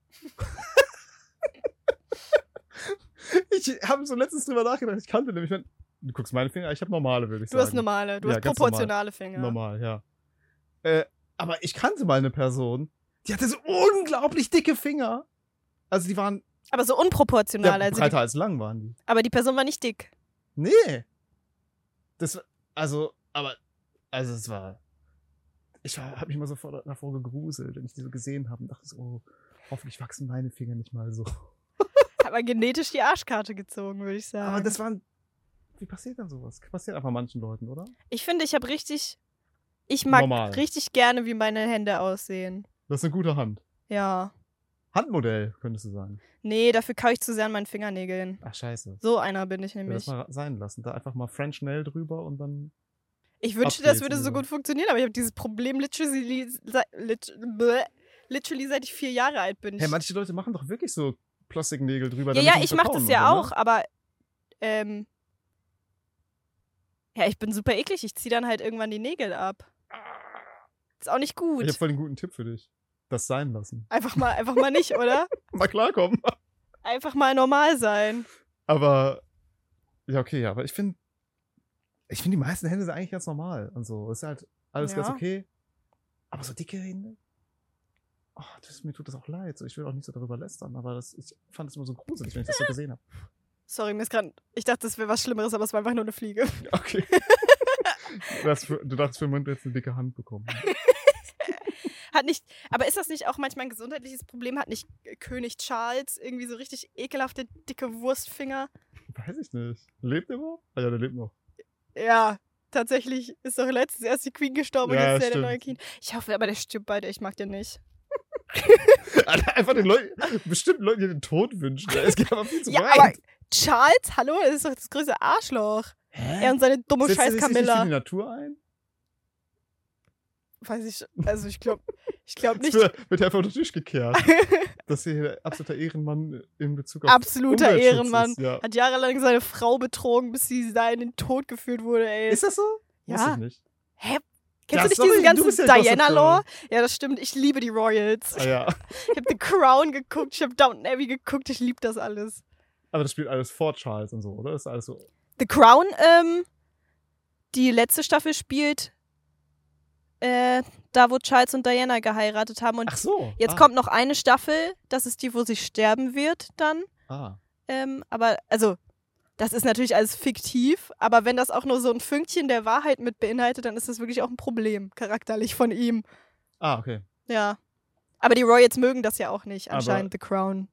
ich habe so letztens drüber nachgedacht. Ich kannte nämlich, mein, du guckst meine Finger, ich habe normale, würde ich
Du
sagen.
hast normale, du
Ja,
hast
ganz normal.
proportionale Finger.
Normal, ja. Äh, aber ich kannte mal eine Person, die hatte so unglaublich dicke Finger. Also die waren
Aber so
ja,
unproportional. also
breiter
die,
als lang waren die.
aber die Person war nicht dick.
Nee. Das, also, aber, also es war, ich habe mich immer so vor, davor gegruselt, wenn ich die so gesehen habe und dachte so, oh, hoffentlich wachsen meine Finger nicht mal so.
Hat man genetisch die Arschkarte gezogen, würde ich sagen.
Aber das waren, wie passiert dann sowas? Passiert einfach manchen Leuten, oder?
Ich finde, ich habe richtig Ich mag
Normal.
richtig gerne, wie meine Hände aussehen.
Das ist eine gute Hand.
Ja.
Handmodell, könntest du sagen.
Nee, dafür kaue ich zu sehr an meinen Fingernägeln.
Ach, scheiße.
So einer bin ich
Ja, das
nämlich.
mal sein lassen. Da einfach mal French Nail drüber und dann.
Ich wünschte, das
Updates
würde so
oder so.
gut funktionieren, aber ich habe dieses Problem literally, se- lit, bleh, literally seit ich vier Jahre alt bin.
Hey, manche Leute machen doch wirklich so Plastiknägel drüber.
ja,
damit
ja,
die
ich
nicht
mache das
verkauen und
ja
so, ne?
auch, aber ähm, ja, ich bin super eklig. Ich ziehe dann halt irgendwann die Nägel ab. Ist auch nicht
Ich
gut.
habe voll den guten Tipp für dich. Das sein lassen.
Einfach mal, einfach mal nicht, oder?
Mal klarkommen.
Einfach mal normal sein.
Aber. Ja, okay, ja, aber ich finde. Ich finde, die meisten Hände sind eigentlich ganz normal und so. Ist halt alles ganz
Ja.
okay. Aber so dicke Hände. Oh, das, mir tut das auch leid. So, Ich will auch nicht so darüber lästern, aber das, ich fand es immer so gruselig, wenn ich das so gesehen habe.
Sorry, mir ist gerade. Ich dachte, das wäre was Schlimmeres, aber es war einfach nur eine Fliege.
Okay. das für, du dachtest für den Moment jetzt eine dicke Hand bekommen.
Hat nicht. Aber ist das nicht auch manchmal ein gesundheitliches Problem? Hat nicht König Charles irgendwie so richtig ekelhafte, dicke Wurstfinger?
Weiß ich nicht. Lebt der überhaupt? Ah ja, der lebt noch.
Ja, tatsächlich ist doch letztens erst die Queen gestorben
Ja,
und jetzt ist er
stimmt.
der neue Queen. Ich hoffe, aber der stirbt bald. Ich mag den nicht.
Alter, Ah, einfach den Leuten, bestimmt Leuten, die den Tod wünschen. Es geht aber viel zu
Ja,
weit.
aber Charles, hallo, er ist doch das größte Arschloch.
Hä?
Er und seine dumme
Setzt er
Scheiß
sich Nicht für
Camilla.
die Natur ein?
Weiß ich, also ich glaube, ich glaube
Das
nicht.
wird, wird er einfach unter den Tisch gekehrt. dass hier der absoluter Ehrenmann in Bezug auf
Absoluter
Umweltschutz
Ehrenmann.
Ist, ja.
Hat jahrelang seine Frau betrogen, bis sie da in den Tod geführt wurde, ey.
ist das so? Weiß
ja.
ich nicht.
Hä?
Ja,
Kennst du nicht
sorry,
diesen
du bist
ganzen
ja Gossip
Diana-Lore? Ja, das stimmt. Ich liebe die Royals.
Ah, ja.
Ich habe The Crown geguckt, ich habe Downton Abbey geguckt, ich liebe das alles.
Aber das spielt alles vor Charles und so, oder? Das ist alles so.
The Crown, ähm, die letzte Staffel spielt äh, da, wo Charles und Diana geheiratet haben. Und
Ach so.
jetzt
ah,
kommt noch eine Staffel, das ist die, wo sie sterben wird dann.
Ah.
Ähm, aber, also, das ist natürlich alles fiktiv, aber wenn das auch nur so ein Fünkchen der Wahrheit mit beinhaltet, dann ist das wirklich auch ein Problem, charakterlich von ihm.
ah, okay.
Ja. Aber die Royals mögen das ja auch nicht,
Aber-
anscheinend The Crown.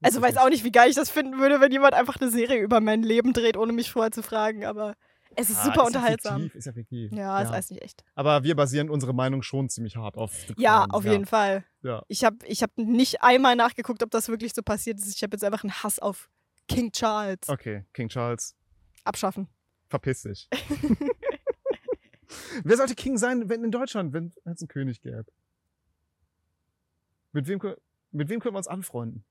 Also
Okay.
weiß auch nicht, wie geil ich das finden würde, wenn jemand einfach eine Serie über mein Leben dreht, ohne mich vorher zu fragen, aber es ist
Ah,
super
ja
unterhaltsam.
fiktiv, ist ja fiktiv.
Ja, ist alles nicht echt.
Aber wir basieren unsere Meinung schon ziemlich hart auf. The
Ja,
Crown,
auf jeden Fall.
Ja.
Ich habe ich hab nicht einmal nachgeguckt, ob das wirklich so passiert ist. Ich habe jetzt einfach einen Hass auf King Charles.
Okay, King Charles,
Abschaffen.
verpiss dich. Wer sollte King sein, wenn in Deutschland, wenn wenn es einen König gäbe? Mit wem, kö- mit wem können wir uns anfreunden?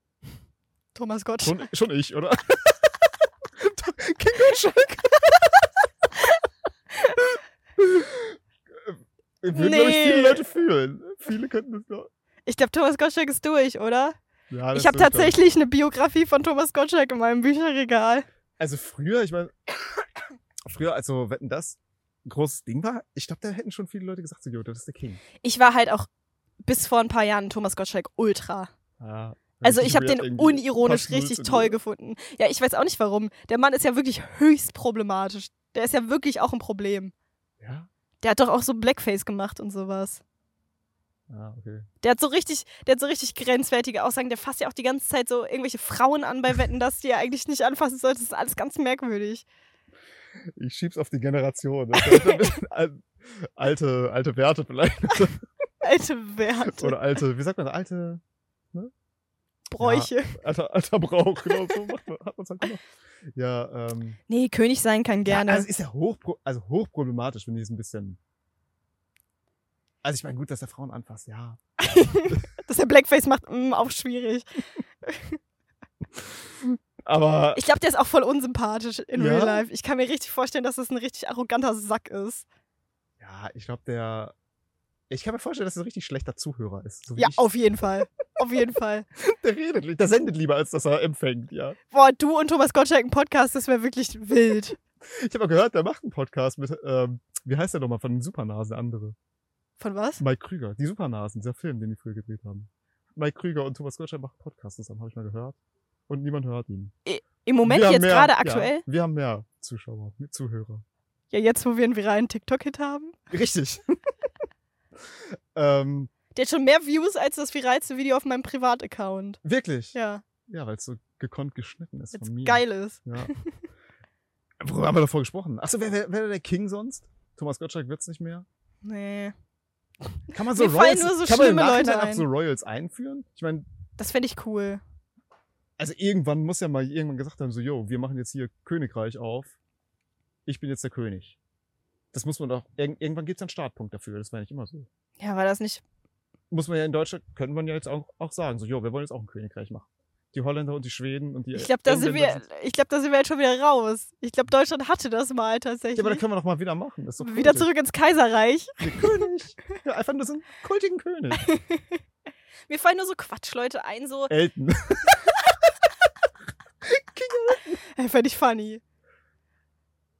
Thomas Gott.
Schon, schon ich, oder? King Gottschalk. Würden, glaube ich,
Nee.
viele Leute fühlen. Viele könnten das noch.
Ich glaube, Thomas Gottschalk ist durch, oder?
Ja, das
ich habe
wird schon.
tatsächlich eine Biografie von Thomas Gottschalk in meinem Bücherregal.
Also früher, ich meine, früher, also wetten das ein großes Ding war, ich glaube, da hätten schon viele Leute gesagt, so, jo, das ist der King.
Ich war halt auch bis vor ein paar Jahren Thomas Gottschalk Ultra.
Ja,
Also
richtig
ich habe
weird
den
irgendwie.
unironisch
Passt null
richtig
zu dir.
toll gefunden. Ja, ich weiß auch nicht warum. Der Mann ist ja wirklich höchst problematisch. Der ist ja wirklich auch ein Problem.
Ja,
Der hat doch auch so Blackface gemacht und sowas.
ah, okay.
Der hat so richtig, der hat so richtig grenzwertige Aussagen. Der fasst ja auch die ganze Zeit so irgendwelche Frauen an bei Wetten, dass die er eigentlich nicht anfassen sollte. Das ist alles ganz merkwürdig.
Ich schieb's auf die Generation. Das ist ein bisschen al- alte, alte Werte vielleicht.
Alte Werte,
Oder alte, wie sagt man, das? alte,
Bräuche.
alter, alter Brauch. Genau so macht man, hat man's halt gemacht. Ja, ähm.
Nee, König sein kann gerne.
Ja, also ist ja hochpro also hochproblematisch, wenn die es ein bisschen. Also ich meine, gut, dass er Frauen anfasst, ja.
dass er Blackface macht, mm, auch schwierig.
Aber
Ich glaube, der ist auch voll unsympathisch in
Ja?
Real Life. Ich kann mir richtig vorstellen, dass das ein richtig arroganter Sack ist.
Ja, ich glaube, der. Ich kann mir vorstellen, dass er ein richtig schlechter Zuhörer ist. So wie
Ja,
ich.
auf jeden Fall. Auf jeden Fall.
Der redet, li- der sendet lieber, als dass er empfängt, ja.
Boah, du und Thomas Gottschalk ein Podcast, das wäre wirklich wild.
Ich habe mal gehört, der macht einen Podcast mit, ähm, wie heißt der nochmal, von den Supernasen, der andere?
Von was?
Mike Krüger, die Supernasen, dieser Film, den die früher gedreht haben. Mike Krüger und Thomas Gottschalk machen einen Podcast zusammen, habe ich mal gehört. Und niemand hört ihn.
Im Moment
Wir haben
jetzt
mehr-
gerade
ja,
aktuell?
wir haben mehr Zuschauer, mit Zuhörer.
Ja. jetzt, wo wir einen viralen TikTok-Hit haben.
Richtig. ähm,
Der hat schon mehr Views als das viralste Video auf meinem Privataccount.
wirklich. Ja,
Ja,
weil es so gekonnt geschnitten ist
jetzt
von mir.
geil ist.
Ja. Worüber haben wir davor gesprochen? Achso, wer wäre wer, wär der King sonst? Thomas Gottschalk wird's nicht mehr.
Nee.
Kann man so
Mir fallen
Royals,
nur so
kann man im
schlimme Leute
Nachhinein ab
ein.
so Royals einführen? Ich meine,
Das fände ich cool.
also irgendwann muss ja mal irgendwann gesagt haben, so, yo, wir machen jetzt hier Königreich auf. Ich bin jetzt der König. Das muss man doch, irg irgendwann gibt's einen Startpunkt dafür. Das war nicht immer so.
Ja, war das nicht.
Muss man ja in Deutschland, könnte man ja jetzt auch, auch sagen, so, yo, wir wollen jetzt auch ein Königreich machen. Die Holländer und die Schweden und die.
Ich glaube, da, sind
Engländer
wir- ich glaub, da sind wir jetzt schon wieder raus. Ich glaube, Deutschland hatte das mal tatsächlich.
Ja, aber da können wir doch mal wieder machen. Das ist doch
Mhm. wieder
kultig.
zurück ins Kaiserreich.
Der König. Ja, einfach nur so einen kultigen König.
Mir fallen nur so Quatschleute ein, so,
Elton.
äh, fände ich funny.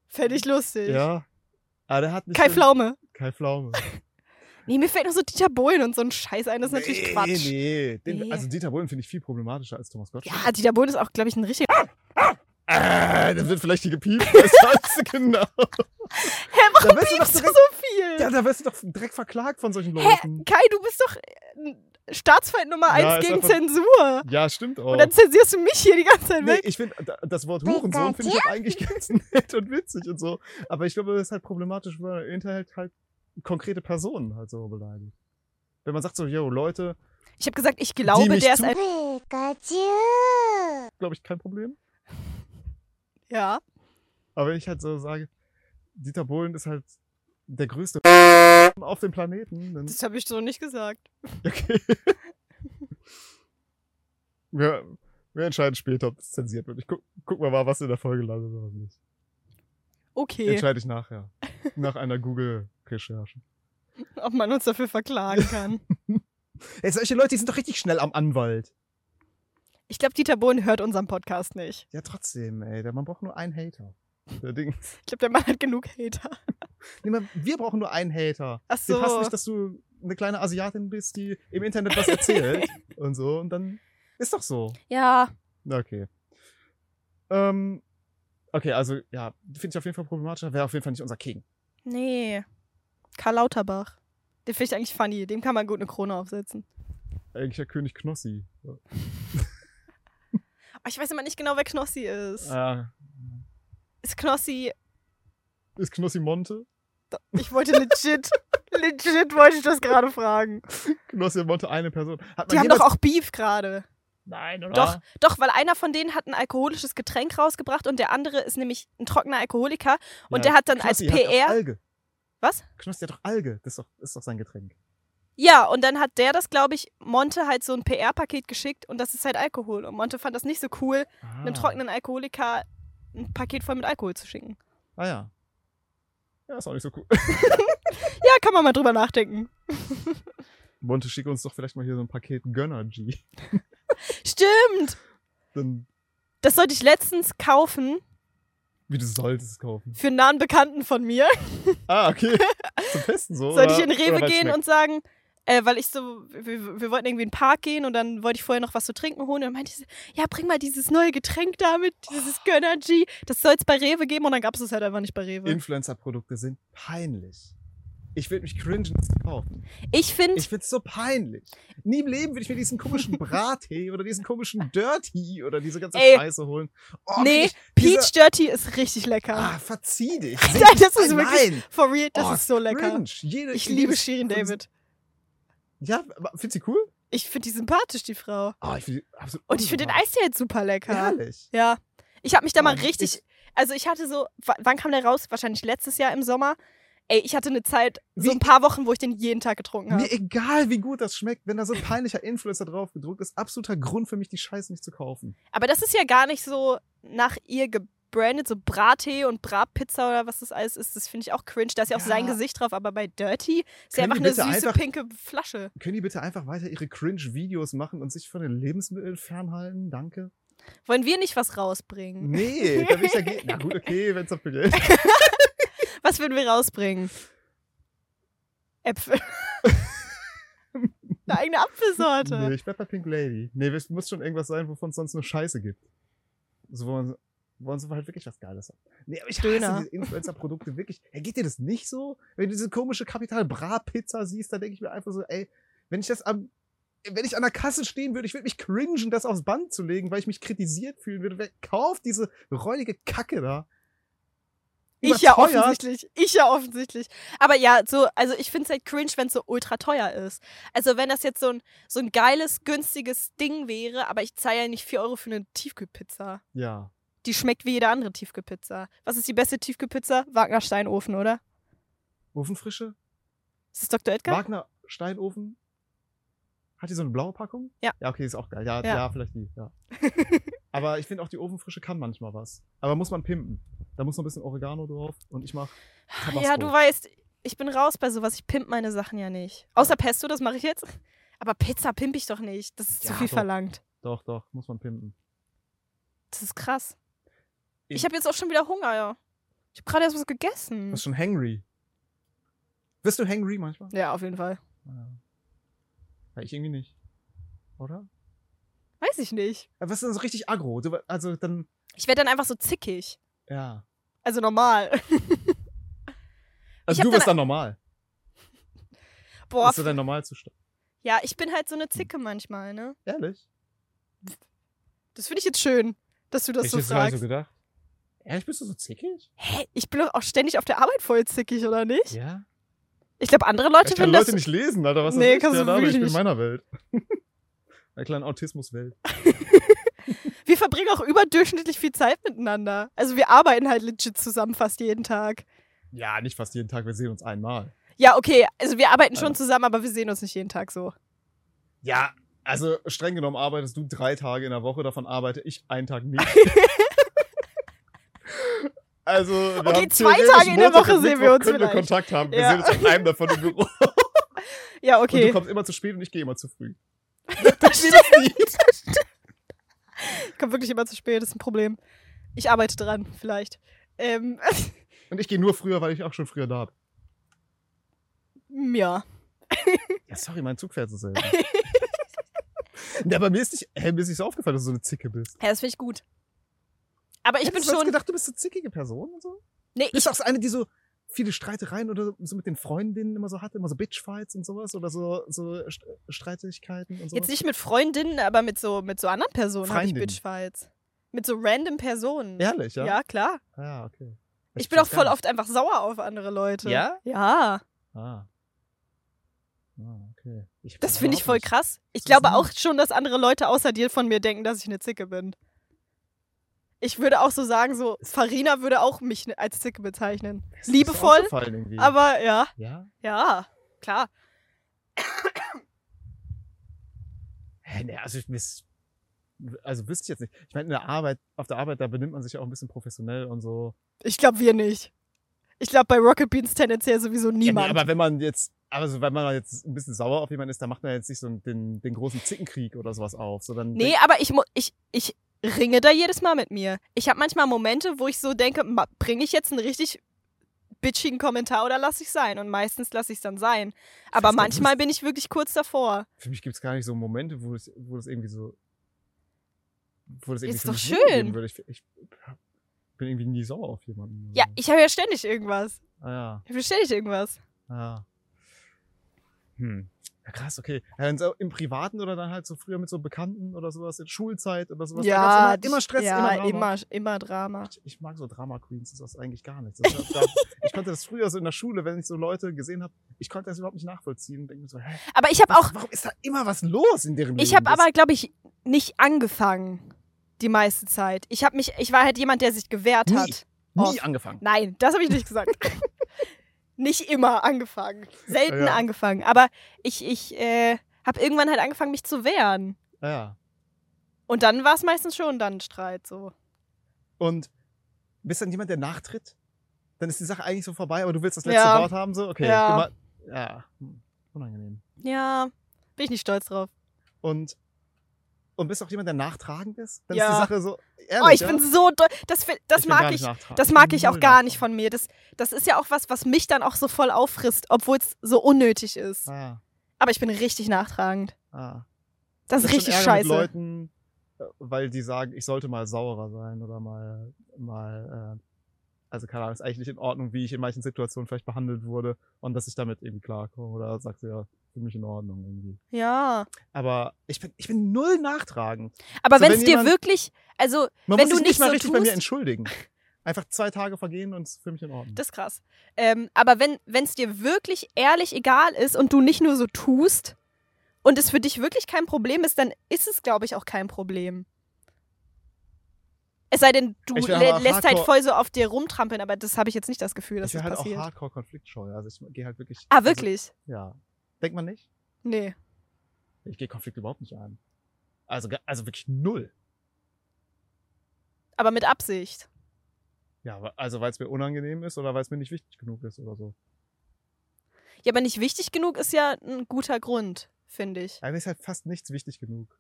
Fände ich lustig.
Ja. Aber der hat nicht.
Kai
so-
Pflaume.
Kai Pflaume.
Nee, mir fällt nur so Dieter Bohlen und so ein Scheiß ein. Das ist natürlich Quatsch.
Nee, den,
Nee.
Also Dieter Bohlen finde ich viel problematischer als Thomas Gottschalk.
Ja, Dieter Bohlen ist auch, glaube ich, ein richtiger.
Äh, das wird vielleicht die gepiept. Das weißt du genau.
Hä, warum
wirst
piepst
du doch
du
direkt-
so viel?
Ja, da wirst du doch direkt verklagt von solchen
Hä,
Leuten.
Kai, du bist doch äh, Staatsfeind Nummer eins
Ja, ist
gegen
einfach-
Zensur.
Ja, stimmt auch.
Und dann zensierst du mich hier die ganze Zeit
Nee,
weg.
ich finde, das Wort Hurensohn finde ich auch eigentlich ganz nett und witzig und so. Aber ich glaube, das ist halt problematisch, weil im Internet halt konkrete Personen halt so beleidigt. Wenn man sagt so, yo, Leute,
Ich habe gesagt, ich glaube,
mich
der ist
zu-
ein.
glaube ich, kein Problem.
Ja.
Aber wenn ich halt so sage, Dieter Bohlen ist halt der größte auf dem Planeten, dann
Das habe ich so nicht gesagt.
Okay. wir, wir entscheiden später, ob das zensiert wird. Ich guck, guck mal, was in der Folge landet oder nicht.
Okay,
Entscheide ich nachher. Nach einer Google-Recherche.
ob man uns dafür verklagen kann.
Ey, solche Leute, die sind doch richtig schnell am Anwalt.
Ich glaube, Dieter Bohlen hört unseren Podcast nicht.
Ja, trotzdem, ey. der- Man braucht nur einen Hater. Der Ding.
Ich glaube, der Mann hat genug Hater.
Nee, man, wir brauchen nur einen Hater.
Ach
Dir
so.
passt nicht, dass du eine kleine Asiatin bist, die im Internet was erzählt und so. Und dann ist doch so.
Ja,
Na, Okay. Ähm, okay, also ja, finde ich auf jeden Fall problematischer. Wäre auf jeden Fall nicht unser King.
nee. Karl Lauterbach. Den finde ich eigentlich funny. Dem kann man gut eine Krone aufsetzen.
Eigentlich der König Knossi.
Aber ich weiß immer nicht genau, wer Knossi ist.
Äh,
Ist Knossi.
ist Knossi Monte?
Ich wollte legit. legit wollte ich das gerade fragen.
Knossi und Monte eine Person. Hat
Die haben doch auch Beef gerade.
Nein, oder?
Doch, doch, weil einer von denen hat ein alkoholisches Getränk rausgebracht und der andere ist nämlich ein trockener Alkoholiker und der hat dann als
Knossi hat doch
PR.
Alge.
Was?
Knossi hat doch Alge. Das ist doch, ist doch sein Getränk.
Ja, und dann hat der das, glaube ich, Monte halt so ein PR-Paket geschickt und das ist halt Alkohol. Und Monte fand das nicht so cool,
Ah.
einem trockenen Alkoholiker ein Paket voll mit Alkohol zu schicken.
Ah ja. Ja, ist auch nicht so cool.
Ja, kann man mal drüber nachdenken.
Monte, schick uns doch vielleicht mal hier so ein Paket Gönner G.
Stimmt!
Dann,
Das sollte ich letztens kaufen
wie du solltest es kaufen.
für einen nahen Bekannten von mir.
Ah, okay. Zum Testen so.
Sollte ich in
oder-
Rewe
oder weil's
gehen
schmeckt.
und sagen, äh, weil ich so, wir, wir wollten irgendwie in den Park gehen und dann wollte ich vorher noch was zu trinken holen und dann meinte ich, so, ja, bring mal dieses neue Getränk damit,
Oh.
dieses Gönnergy, das soll es bei Rewe geben und dann gab es es halt einfach nicht bei Rewe.
Influencer-Produkte sind peinlich. Ich würde mich cringen das zu kaufen.
ich finde,
Ich find's so peinlich. Nie im Leben würde ich mir diesen komischen Brattee oder diesen komischen Dirty oder diese ganze
Ey.
Scheiße holen. Oh,
nee,
wirklich,
Peach Dirty ist richtig lecker.
ah, verzieh dich.
Nein, das ist
Nein.
wirklich, for real, das
Oh,
ist so lecker.
Cringe. Jede,
Ich liebe
jedes-
Shirin David.
Ja, aber findest du die cool?
Ich finde die sympathisch, die Frau.
Oh, ich finde die absolut
Und ich finde den
unsympathisch.
Eistee halt super lecker.
Herrlich.
Ja. Ich habe mich da mal
Oh,
richtig.
ich-
also, ich hatte so. w- Wann kam der raus? Wahrscheinlich letztes Jahr im Sommer. Ey, ich hatte eine Zeit, so
Wie-
ein paar Wochen, wo ich den jeden Tag getrunken habe.
Mir egal, wie gut das schmeckt, wenn da so ein peinlicher Influencer drauf gedruckt ist, absoluter Grund für mich, die Scheiße nicht zu kaufen.
Aber das ist ja gar nicht so nach ihr gebrandet. So Brattee und Bratpizza oder was das alles ist. Das finde ich auch cringe. Da ist ja auch
Ja.
sein Gesicht drauf. Aber bei Dirty ist ja
Können
einfach
die
eine süße,
bitte einfach-
pinke Flasche.
Können die bitte einfach weiter ihre Cringe-Videos machen und sich von den Lebensmitteln fernhalten? Danke.
Wollen wir nicht was rausbringen?
Nee, da will ich dagegen. Na gut, okay, wenn's dafür Geld.
Was würden wir rausbringen? Äpfel. Eine eigene Apfelsorte.
Nee, ich bleib bei Pink Lady. Nee, es muss schon irgendwas sein, wovon es sonst nur Scheiße gibt. So, wo man, wo man so halt wirklich was Geiles hat. Nee, aber ich
Döner.
hasse diese Influencer-Produkte wirklich. Ey, geht dir das nicht so? Wenn du diese komische Kapital Bra-Pizza siehst, dann denke ich mir einfach so, ey, wenn ich das am, wenn ich an der Kasse stehen würde, ich würde mich cringen, das aufs Band zu legen, weil ich mich kritisiert fühlen würde. Wer kauft diese räudige Kacke da?
Ich ja
Überteuert.
offensichtlich. Ich ja offensichtlich. Aber ja, so, also ich finde es halt cringe, wenn es so ultra teuer ist. Also wenn das jetzt so ein, so ein geiles, günstiges Ding wäre, aber ich zahle ja nicht 4 Euro für eine Tiefkühlpizza.
Ja.
Die schmeckt wie jede andere Tiefkühlpizza. Was ist die beste Tiefkühlpizza? Wagner Steinofen, oder?
Ofenfrische?
Ist das Dr. Edgar?
Wagner Steinofen? Hat die so eine blaue Packung?
Ja.
Ja, okay, ist auch geil. Ja,
Ja.
ja. vielleicht die, ja. Aber ich finde auch, die Ofenfrische kann manchmal was. Aber muss man pimpen. Da muss noch ein bisschen Oregano drauf und ich mach Tabasco.
ja, du weißt, ich bin raus bei sowas. Ich pimp meine Sachen ja nicht. Außer Pesto, das mache ich jetzt. Aber Pizza pimp ich doch nicht. Das ist zu
Ja,
viel
doch.
verlangt.
Doch, doch, muss man
Hm.
pimpen.
Das ist krass. Ich
Ich-
habe jetzt auch schon wieder Hunger, ja. Ich habe gerade erst was gegessen.
Du bist schon hangry. Bist du hangry manchmal?
Ja, auf jeden Fall.
Ja. Ja, ich irgendwie nicht. Oder?
Weiß ich nicht.
Aber was ist denn so richtig aggro? Du, also dann,
Ich werde dann einfach so zickig.
ja.
Also normal.
Also
hab
du wirst
dann-
dann normal.
Boah,
Bist du dein Normalzustand?
ja, ich bin halt so eine Zicke manchmal, ne?
Ehrlich?
Das finde ich jetzt schön, dass du das
ich
so
hätt's gar nicht
fragst.
gedacht. Ehrlich, bist du so zickig?
Hä, ich bin doch auch ständig auf der Arbeit voll zickig, oder nicht?
Ja.
Ich glaube, andere
Ich
Leute
kann
finden
Leute
das.
nicht lesen, Alter. Was
Nee,
ist
kannst du wirklich
Ich bin in
nicht.
meiner Welt. Einer kleinen Autismuswelt.
Wir verbringen auch überdurchschnittlich viel Zeit miteinander. Also wir arbeiten halt legit zusammen fast jeden Tag.
Ja, nicht fast jeden Tag. Wir sehen uns einmal.
Ja, okay, also wir arbeiten schon
Ja.
zusammen, aber wir sehen uns nicht jeden Tag so.
Ja, also streng genommen arbeitest du drei Tage in der Woche. Davon arbeite ich einen Tag nicht. Also, wir
Okay,
haben
zwei
theoretisch
Tage in der
Montag
Woche
und
sehen wir
Mittwoch
uns
können wir
vielleicht.
Kontakt haben. Wir
Ja.
sehen uns an einem davon im Büro.
Ja,
Und du
okay.
kommst immer zu spät und ich gehe immer zu früh.
Das stimmt. Ich komme wirklich immer zu spät, das ist ein Problem. Ich arbeite dran, vielleicht. Ähm,
Und ich gehe nur früher, weil ich auch schon früher da bin.
ja.
Ja, sorry, mein Zug fährt so selten. Na, bei mir ist nicht, hä, mir ist nicht so aufgefallen, dass du so eine Zicke bist.
Ja, das finde ich gut. Aber ich bin
Hättest du jetzt
schon.
gedacht, du bist eine zickige Person und so?
Nee, ich,
Bist du auch so eine, die so viele Streitereien oder so mit den Freundinnen immer so hatte, immer so Bitchfights und sowas oder so, so St- Streitigkeiten und sowas?
jetzt nicht mit Freundinnen, aber mit so, mit so anderen Personen habe ich
Freundinnen.
Bitchfights. Mit so random Personen.
Ehrlich, ja?
ja klar.
Ah, okay.
Ich,
Das
bin auch
ist
voll
geil.
oft einfach sauer auf andere Leute.
Ja?
Ja.
Ah. Ah, okay. Ich
Das
weiß
finde
auch
ich voll
nicht.
krass. Ich
Das
glaube
ist
auch schon, dass andere Leute außer dir von mir denken, dass ich eine Zicke bin. Ich würde auch so sagen, so, Farina würde auch mich ne- als Zicke bezeichnen.
Das ist
Liebevoll,
aufgefallen irgendwie.
aber ja,
ja?
ja, klar.
Hä, nee, also ich miss, also wüsste ich jetzt nicht. Ich meine, in der Arbeit, auf der Arbeit, da benimmt man sich ja auch ein bisschen professionell und so.
Ich glaube, wir nicht. Ich glaube, bei Rocket Beans tendenziell sowieso niemand.
Ja, nee, aber wenn man jetzt, also wenn man jetzt ein bisschen sauer auf jemanden ist, dann macht man jetzt nicht so einen- den, den großen Zickenkrieg oder sowas auf. So, dann
Nee, aber ich, mu- ich, ich ringe da jedes Mal mit mir. Ich habe manchmal Momente, wo ich so denke, bringe ich jetzt einen richtig bitchigen Kommentar oder lasse ich sein? Und meistens lasse ich es dann sein. Aber
weiß gar nicht,
manchmal bin ich wirklich kurz davor.
für mich gibt es gar nicht so Momente, wo das, wo das irgendwie so. Wo das irgendwie
Ist
für
doch
mich
schön.
wiedergegeben Würde. Ich, ich bin irgendwie nie sauer auf jemanden.
Ja, ich habe ja ständig irgendwas.
Ah, ja.
Ich habe ständig irgendwas.
Ja. Hm. Ja, krass, okay. Ja, dann so Im Privaten oder dann halt so früher mit so Bekannten oder sowas, in Schulzeit oder sowas. da gab's immer, immer Stress,
ja,
immer Drama.
immer, immer Drama.
Ich, ich mag so Drama Queens, das ist eigentlich gar nichts. Das ist, ja- ich konnte das früher so in der Schule, wenn ich so Leute gesehen habe, ich konnte das überhaupt nicht nachvollziehen. Denke mir so, hä,
Aber ich habe
was,
auch,
warum ist da immer was los in deren
ich
Leben?
habe
Das-
aber, glaube ich, nicht angefangen die meiste Zeit. Ich habe mich, ich war halt jemand, der sich gewehrt
Nie.
hat.
nie
oft-
angefangen.
Nein, das habe ich nicht gesagt. nicht immer angefangen. Selten
Ja.
angefangen. Aber ich, ich äh, habe irgendwann halt angefangen, mich zu wehren.
Ja.
Und dann war es meistens schon dann ein Streit so.
Und bist dann jemand, der nachtritt? Dann ist die Sache eigentlich so vorbei, aber du willst das letzte
Ja.
Wort haben, so? Okay.
Ja.
immer- ja. Hm, Unangenehm.
Ja, bin ich nicht stolz drauf.
und, und bist auch jemand, der nachtragend ist, dann ist
Ja.
die Sache so. Ehrlich,
oh, ich
ja?
bin so doll. Das, fi- das
Ich bin gar
mag
nicht
ich.
nachtragend.
Das
bin
mag ich auch
null
gar nicht von
nachtragend.
mir. Das, das ist ja auch was, was mich dann auch so voll auffrisst, obwohl es so unnötig ist. Aber ich bin richtig nachtragend.
Ah, ah.
Das ist
Ich hab schon
richtig
Ärger
scheiße.
Mit Leuten, äh, weil die sagen, ich sollte mal saurer sein oder mal, mal äh, also keine Ahnung, ist eigentlich nicht in Ordnung, wie ich in manchen Situationen vielleicht behandelt wurde und dass ich damit irgendwie klarkomme oder sagst du ja, für mich in Ordnung irgendwie.
Ja.
Aber ich bin, ich bin null nachtragend.
Aber
So,
wenn
wenn
es dir
jemand-
wirklich, also
Man
Wenn du
muss sich
nicht
nicht mal
so
richtig bei mir
tust-
entschuldigen. Einfach zwei Tage vergehen und es ist für mich in Ordnung.
Das ist krass. Ähm, aber wenn es dir wirklich ehrlich egal ist und du nicht nur so tust und es für dich wirklich kein Problem ist, dann ist es, glaube ich, auch kein Problem. Es sei denn, du
Ich
lä
bin aber
lässt halt
hardcore-
voll so auf dir rumtrampeln, aber das habe ich jetzt nicht das Gefühl, dass
ich bin
das
halt
passiert.
auch hardcore konfliktscheu. Also ich gehe halt wirklich.
ah, wirklich?
Also, ja. Denkt man nicht?
Nee.
Ich gehe Konflikt überhaupt nicht ein. Also, ga- also wirklich null.
Aber mit Absicht.
Ja, wa- also weil es mir unangenehm ist oder weil es mir nicht wichtig genug ist oder so.
Ja, aber nicht wichtig genug ist ja ein guter Grund, finde ich.
Ja, mir ist halt fast nichts wichtig genug.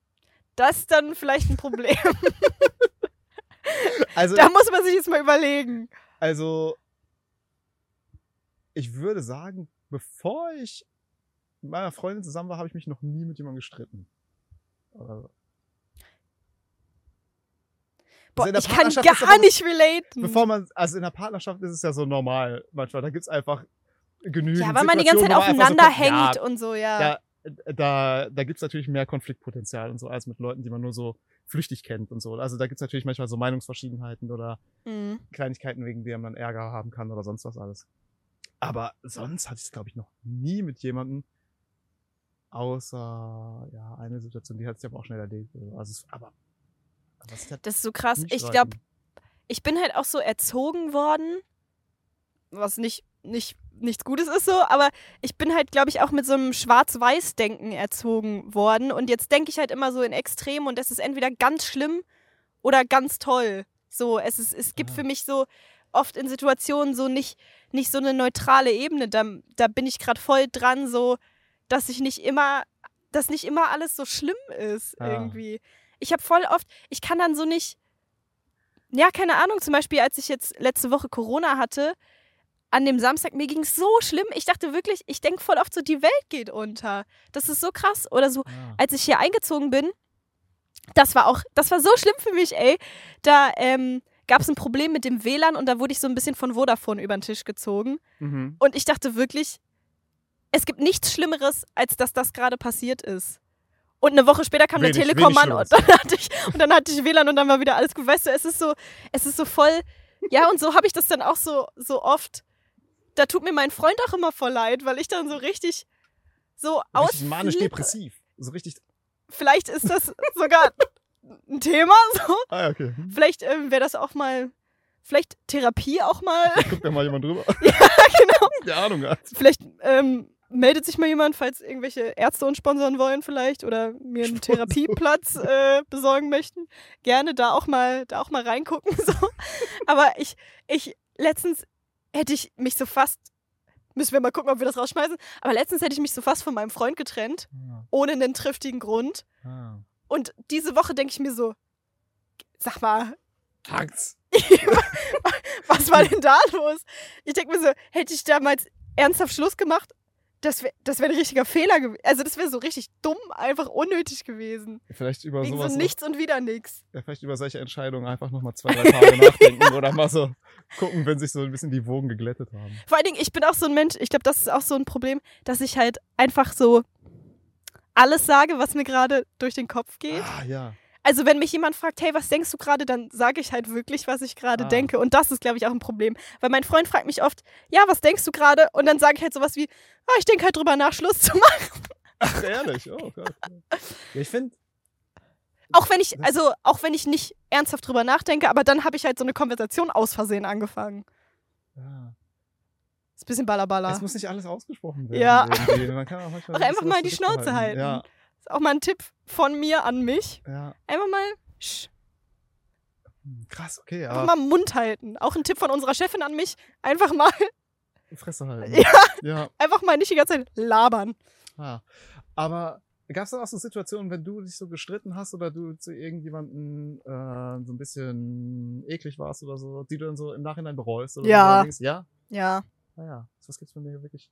Das ist dann vielleicht ein Problem.
Also,
da muss man sich jetzt mal überlegen.
also ich würde sagen, bevor ich mit meiner Freundin zusammen war, habe ich mich noch nie mit jemandem gestritten. Oder-
Boah,
Also in der
ich kann
Partnerschaft ist
gar
aber-
nicht relaten.
Bevor man, also in der Partnerschaft ist es ja so normal manchmal. Da gibt's einfach genügend.
ja, weil man die ganze Zeit
Situationen, wo man einfach
aufeinander
so guckt,
hängt
Ja,
und äh, so, ja.
Ja, äh, da, da gibt's natürlich mehr Konfliktpotenzial und so als mit Leuten, die man nur so flüchtig kennt und so. Also da gibt's natürlich manchmal so Meinungsverschiedenheiten oder
Mhm.
Kleinigkeiten, wegen der man Ärger haben kann oder sonst was alles. Aber sonst hatte ich es, glaube ich, noch nie mit jemandem, außer ja, eine Situation, die hat sich aber auch schnell erledigt. Also, es, aber, aber es hat
Das ist so krass.
nicht
Ich glaube,
streiten.
ich bin halt auch so erzogen worden, was nicht, nicht, nichts Gutes ist so, aber ich bin halt, glaube ich, auch mit so einem Schwarz-Weiß-Denken erzogen worden. Und jetzt denke ich halt immer so in Extrem und das ist entweder ganz schlimm oder ganz toll. So, es, ist, es gibt
Ah.
für mich so oft in Situationen so nicht, nicht so eine neutrale Ebene. Da, da bin ich gerade voll dran, so, dass ich nicht immer, dass nicht immer alles so schlimm ist
Ah.
irgendwie. Ich habe voll oft, ich kann dann so nicht, ja, keine Ahnung. Zum Beispiel, als ich jetzt letzte Woche Corona hatte, an dem Samstag, mir ging es so schlimm. Ich dachte wirklich, ich denke voll oft so, die Welt geht unter. Das ist so krass. Oder so,
Ja.
als ich hier eingezogen bin, das war auch, das war so schlimm für mich, ey. Da ähm, gab es ein Problem mit dem WLAN und da wurde ich so ein bisschen von Vodafone über den Tisch gezogen.
Mhm.
Und ich dachte wirklich, es gibt nichts Schlimmeres, als dass das gerade passiert ist. Und eine Woche später kam der
Wenig-
Telekom-Mann
wenig
und dann hatte ich und dann hatte ich WLAN und dann war wieder alles gut. Weißt du, es ist so, es ist so voll. Ja, und so habe ich das dann auch so, so oft. Da tut mir mein Freund auch immer voll leid, weil ich dann so richtig so
Richtig
ausflippe.
manisch-depressiv. So richtig.
Vielleicht ist das sogar ein Thema. So.
Ah, ja, okay. Hm.
Vielleicht ähm, wäre das auch mal, vielleicht Therapie auch mal.
Guckt da mal jemand drüber.
genau.
Keine Ahnung, ja.
Vielleicht ähm, meldet sich mal jemand, falls irgendwelche Ärzte uns sponsoren wollen vielleicht oder mir einen
Sponsoren.
Therapieplatz äh, besorgen möchten. Gerne da auch mal, da auch mal reingucken. So. Aber ich, ich, letztens hätte ich mich so fast, müssen wir mal gucken, ob wir das rausschmeißen, aber letztens hätte ich mich so fast von meinem Freund getrennt, ohne einen triftigen Grund.
Ah.
Und diese Woche denke ich mir so, sag mal,
Hackt's.
was war denn da los? Ich denke mir so, hätte ich damals ernsthaft Schluss gemacht, das wäre das wär ein richtiger Fehler gewesen. Also das wäre so richtig dumm, einfach unnötig gewesen.
Vielleicht über
Wegen so
sowas.
nichts und wieder nichts.
ja, vielleicht über solche Entscheidungen einfach nochmal zwei, drei Tage nachdenken oder mal so gucken, wenn sich so ein bisschen die Wogen geglättet haben.
Vor allen Dingen, ich bin auch so ein Mensch, ich glaube, das ist auch so ein Problem, dass ich halt einfach so alles sage, was mir gerade durch den Kopf geht.
Ah, ja.
Also wenn mich jemand fragt, hey, was denkst du gerade, dann sage ich halt wirklich, was ich gerade
Ah.
denke. Und das ist, glaube ich, auch ein Problem. Weil mein Freund fragt mich oft, ja, was denkst du gerade? Und dann sage ich halt sowas wie, ah, ich denke halt drüber nach, Schluss zu machen.
Ach, ehrlich. Oh Gott. Ja, ich finde,
Auch wenn ich,
Das-
also auch wenn ich nicht ernsthaft drüber nachdenke, aber dann habe ich halt so eine Konversation aus Versehen angefangen.
ja,
Ist ein bisschen ballaballa.
es muss nicht alles ausgesprochen werden.
Ja.
irgendwie. Man kann auch manchmal
Auch
ein
einfach
bisschen
mal die
was zurückhalten.
Schnauze halten. Ist auch mal ein Tipp von mir an mich.
Ja, ja.
Einfach mal, sch,
Hm, Krass, okay,
einfach
aber
mal Mund halten. Auch ein Tipp von unserer Chefin an mich. Einfach mal,
Fresse halten.
Ja.
ja.
einfach mal nicht die ganze Zeit labern.
Ah. Aber gab es dann auch so Situationen, wenn du dich so gestritten hast oder du zu irgendjemandem äh, so ein bisschen eklig warst oder so, die du dann so im Nachhinein bereust? Oder
Ja.
So, weil du denkst, ja?
Ja.
Naja, sowas gibt's bei mir wirklich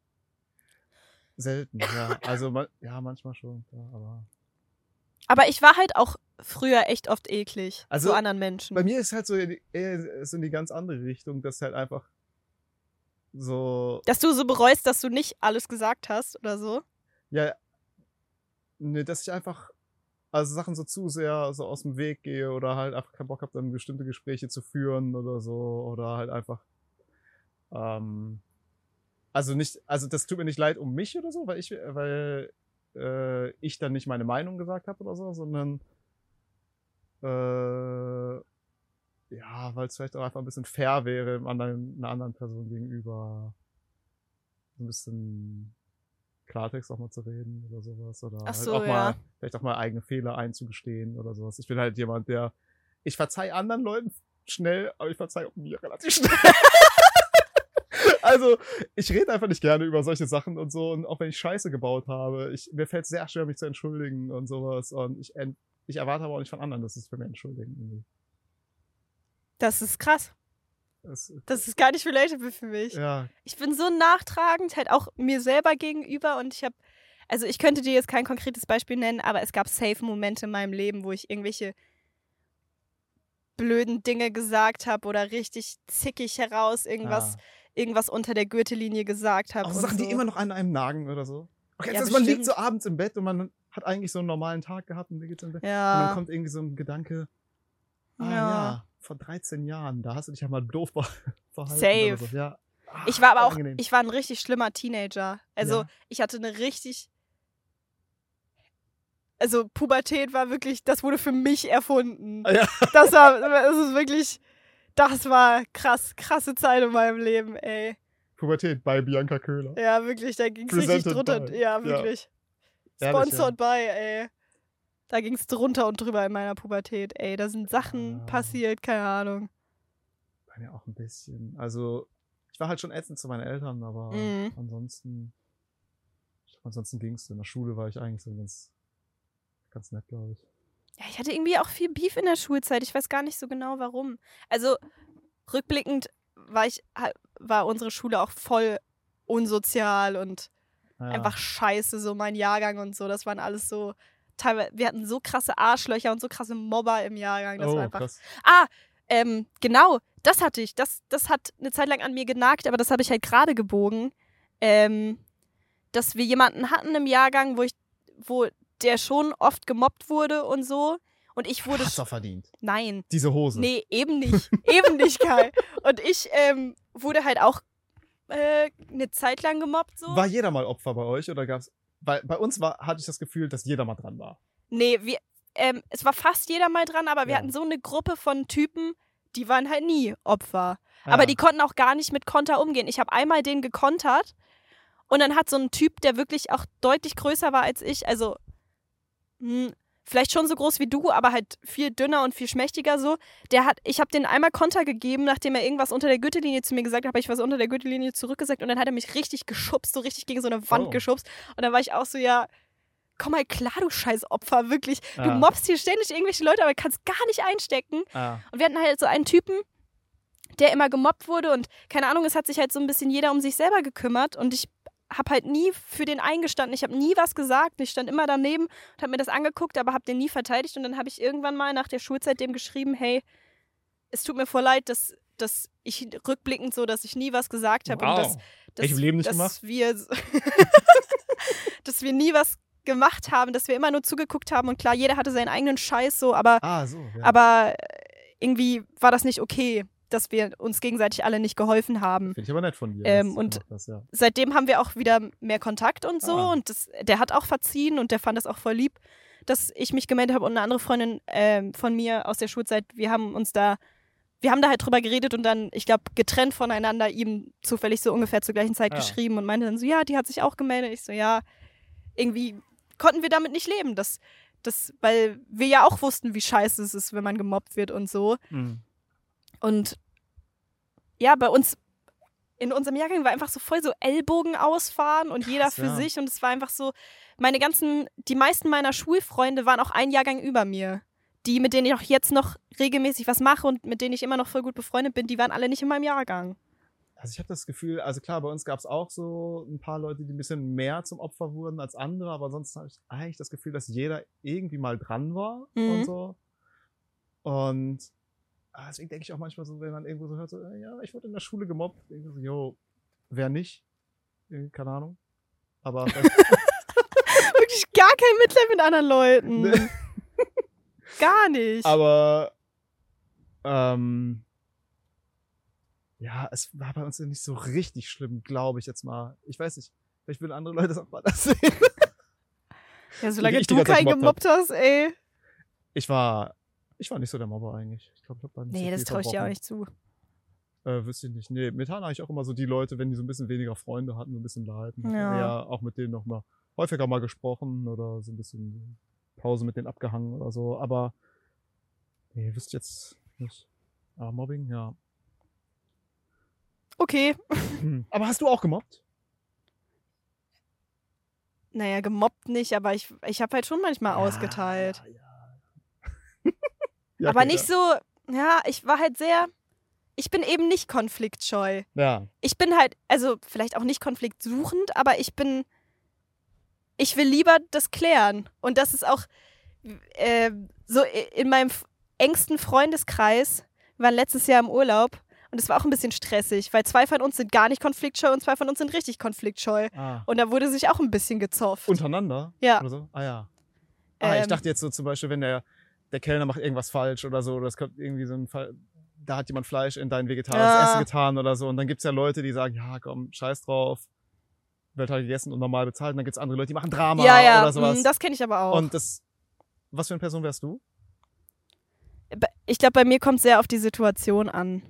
selten. Ja, also man, ja, manchmal schon. Ja, aber
Aber ich war halt auch früher echt oft eklig
Also,
zu anderen Menschen.
bei mir ist halt so in- eher so in die ganz andere Richtung, dass halt einfach so
dass du so bereust, dass du nicht alles gesagt hast oder so.
Ja, ne, dass ich einfach, also Sachen so zu sehr so aus dem Weg gehe oder halt einfach keinen Bock habe, dann bestimmte Gespräche zu führen oder so oder halt einfach ähm, also nicht, also das tut mir nicht leid um mich oder so, weil ich, weil äh, ich dann nicht meine Meinung gesagt habe oder so, sondern äh, ja, weil es vielleicht auch einfach ein bisschen fair wäre im anderen, einer anderen Person gegenüber ein bisschen Klartext auch mal zu reden oder sowas oder
Ach so,
halt auch
ja.
mal vielleicht auch mal eigene Fehler einzugestehen oder sowas. Ich bin halt jemand, der ich verzeih anderen Leuten schnell, aber ich verzeih auch mir relativ schnell. also ich rede einfach nicht gerne über solche Sachen und so und auch wenn ich Scheiße gebaut habe, ich, mir fällt sehr schwer, mich zu entschuldigen und sowas und ich, ent- ich erwarte aber auch nicht von anderen, dass sie sich für mich entschuldigen. Irgendwie.
Das ist krass.
Das,
Das ist gar nicht relatable für mich.
ja,
Ich bin so nachtragend, halt auch mir selber gegenüber und ich habe, also ich könnte dir jetzt kein konkretes Beispiel nennen, aber es gab safe Momente in meinem Leben, wo ich irgendwelche blöden Dinge gesagt habe oder richtig zickig heraus irgendwas,
Ah.
irgendwas unter der Gürtellinie gesagt habe.
Auch
äh, und
so Sachen,
so.
die immer noch an einem nagen oder so. Okay,
Ja,
jetzt, man liegt
bestimmt.
so abends im Bett und man hat eigentlich so einen normalen Tag gehabt und mir geht's im Bett. Und dann
Ja.
kommt irgendwie so ein Gedanke, ah ja.
ja.
vor 13 Jahren, da hast du dich ja mal doof ver- verhalten.
Safe.
Oder so. ja. Ah,
Ich war aber auch,
unangenehm.
ich war ein richtig schlimmer Teenager. Also
Ja.
ich hatte eine richtig, also Pubertät war wirklich, das wurde für mich erfunden.
Ah, ja.
Das war, das ist wirklich, das war krass, krasse Zeit in meinem Leben, ey.
Pubertät bei Bianca Köhler.
Ja, wirklich, da ging's richtig
Presented
drunter.
by.
Ja,
Ja.
wirklich.
Ehrlich,
Sponsored by, ey. Da ging's drunter und drüber in meiner Pubertät, ey. Da sind Sachen
Ah.
passiert, keine Ahnung.
Bei mir auch ein bisschen. Also, ich war halt schon ätzend zu meinen Eltern, aber
Mhm.
ansonsten, ich glaub, ansonsten ging's. In der Schule war ich eigentlich so ganz, ganz nett, glaube ich.
Ja, ich hatte irgendwie auch viel Beef in der Schulzeit. Ich weiß gar nicht so genau warum. Also rückblickend war ich ha- war unsere Schule auch voll unsozial und
Naja.
einfach scheiße so mein Jahrgang und so, das waren alles so teilweise wir hatten so krasse Arschlöcher und so krasse Mobber im Jahrgang, das
oh,
war einfach
krass.
Ah, ähm, genau, das hatte ich. Das, das hat eine Zeit lang an mir genagt, aber das habe ich halt gerade gebogen. Ähm, dass wir jemanden hatten im Jahrgang, wo ich, wo der schon oft gemobbt wurde und so. Und ich wurde.
Hat's doch verdient.
Nein.
Diese Hose.
Nee, eben nicht. Eben nicht, Kai. Und ich ähm, wurde halt auch äh, eine Zeit lang gemobbt so.
War jeder mal Opfer bei euch oder gab's? Bei, bei uns war, hatte ich das Gefühl, dass jeder mal dran war.
Nee, wir, ähm, es war fast jeder mal dran, aber wir
Ja.
hatten so eine Gruppe von Typen, die waren halt nie Opfer.
Ja.
Aber die konnten auch gar nicht mit Konter umgehen. Ich habe einmal den gekontert und dann hat so ein Typ, der wirklich auch deutlich größer war als ich, also hm, vielleicht schon so groß wie du, aber halt viel dünner und viel schmächtiger so, der hat, ich habe den einmal Konter gegeben, nachdem er irgendwas unter der Gürtellinie zu mir gesagt hat, habe ich was unter der Gürtellinie zurückgesagt und dann hat er mich richtig geschubst, so richtig gegen so eine Wand
Oh.
geschubst und dann war ich auch so, ja, komm mal klar, du scheiß Opfer, wirklich. Du
Ja.
mobst hier ständig irgendwelche Leute, aber kannst gar nicht einstecken.
Ah,
Und wir hatten halt so einen Typen, der immer gemobbt wurde und keine Ahnung, es hat sich halt so ein bisschen jeder um sich selber gekümmert und ich habe halt nie für den eingestanden. Ich habe nie was gesagt. Ich stand immer daneben und habe mir das angeguckt, aber habe den nie verteidigt. Und dann habe ich irgendwann mal nach der Schulzeit dem geschrieben, hey, es tut mir voll leid, dass, dass ich rückblickend so, dass ich um nie was gesagt habe und dass
wow.
dass,
Ich im Leben nicht
dass
gemacht?
Wir, dass wir nie was gemacht haben, dass wir immer nur zugeguckt haben und klar, jeder hatte seinen eigenen Scheiß so, aber,
ah, so. Ja.
aber äh, irgendwie war das nicht okay, dass wir uns gegenseitig alle nicht geholfen haben.
Finde ich aber nett von dir.
Ähm,
dass du
und-
gemacht hast, ja.
Seitdem haben wir auch wieder mehr Kontakt und so
Ah.
und das, der hat auch verziehen und der fand das auch voll lieb, dass ich mich gemeldet habe und eine andere Freundin ähm, von mir aus der Schulzeit, wir haben uns da wir haben da halt drüber geredet und dann, ich glaube, getrennt voneinander ihm zufällig so ungefähr zur gleichen Zeit
Ja.
geschrieben und meinte dann so, ja, die hat sich auch gemeldet. Ich so, ja, irgendwie konnten wir damit nicht leben, dass, dass, weil wir ja auch wussten, wie scheiße es ist, wenn man gemobbt wird und so.
Mhm.
Und ja, bei uns, in unserem Jahrgang war einfach so voll so Ellbogen ausfahren und jeder
Krass,
für
ja.
sich. Und es war einfach so, meine ganzen, die meisten meiner Schulfreunde waren auch ein Jahrgang über mir. Die, mit denen ich auch jetzt noch regelmäßig was mache und mit denen ich immer noch voll gut befreundet bin, die waren alle nicht in meinem Jahrgang.
Also ich habe das Gefühl, also klar, bei uns gab es auch so ein paar Leute, die ein bisschen mehr zum Opfer wurden als andere, aber ansonsten habe ich eigentlich das Gefühl, dass jeder irgendwie mal dran war
Mhm.
und so. Und ah, deswegen denke ich auch manchmal so, wenn man irgendwo so hört, so, äh, ja, ich wurde in der Schule gemobbt, irgendwie so, jo, wer nicht? Irgendwie, Keine Ahnung. Aber vielleicht-
Wirklich gar kein Mitleid mit anderen Leuten.
Nee.
Gar nicht.
ne, Aber ähm, ja, es war bei uns ja nicht so richtig schlimm, glaube ich jetzt mal. Ich weiß nicht. Vielleicht würden andere Leute das auch mal das sehen.
ja,
die
solange
ich die
du
ganze Zeit
keinen
gemobbt
gemobbt hast, ey.
Ich war, ich war nicht so der Mobber eigentlich. Ich glaube, ich habe da nicht so
Nee,
viel
das traue ich dir auch
verbrochen.
nicht zu.
Äh, wüsste ich nicht. Nee, mit Hannah habe ich auch immer so die Leute, wenn die so ein bisschen weniger Freunde hatten, so ein bisschen leiden. Hat
Ja.
man eher auch mit denen noch mal häufiger mal gesprochen oder so ein bisschen Pause mit denen abgehangen oder so. Aber nee, wüsste ich jetzt nicht. Ah, Mobbing, ja.
Okay.
Hm. Aber hast du auch gemobbt?
Naja, gemobbt nicht, aber ich, ich habe halt schon manchmal ausgeteilt.
Ja, ja. Ja,
aber
okay,
nicht so, ja, ich war halt sehr, ich bin eben nicht konfliktscheu.
Ja.
Ich bin halt, also vielleicht auch nicht konfliktsuchend, aber ich bin, ich will lieber das klären. Und das ist auch äh, so i- in meinem f- engsten Freundeskreis. Wir waren letztes Jahr im Urlaub und es war auch ein bisschen stressig, weil zwei von uns sind gar nicht konfliktscheu und zwei von uns sind richtig konfliktscheu.
ja. Ah.
Und da wurde sich auch ein bisschen gezofft.
Untereinander?
ja.
Oder so? Ah ja. Ah, ich
Ähm.
dachte jetzt so zum Beispiel, wenn der, der Kellner macht irgendwas falsch oder so, oder es kommt irgendwie so ein Fall, da hat jemand Fleisch in dein vegetarisches
Ja.
Essen getan oder so. Und dann gibt's ja Leute, die sagen, ja, komm, scheiß drauf, wird halt gegessen und normal bezahlt. Und dann gibt's andere Leute, die machen Drama
ja, ja,
oder sowas.
mm, das kenne ich aber auch.
und das, was für eine Person wärst du?
Be- ich glaube, bei mir kommt sehr auf die Situation an.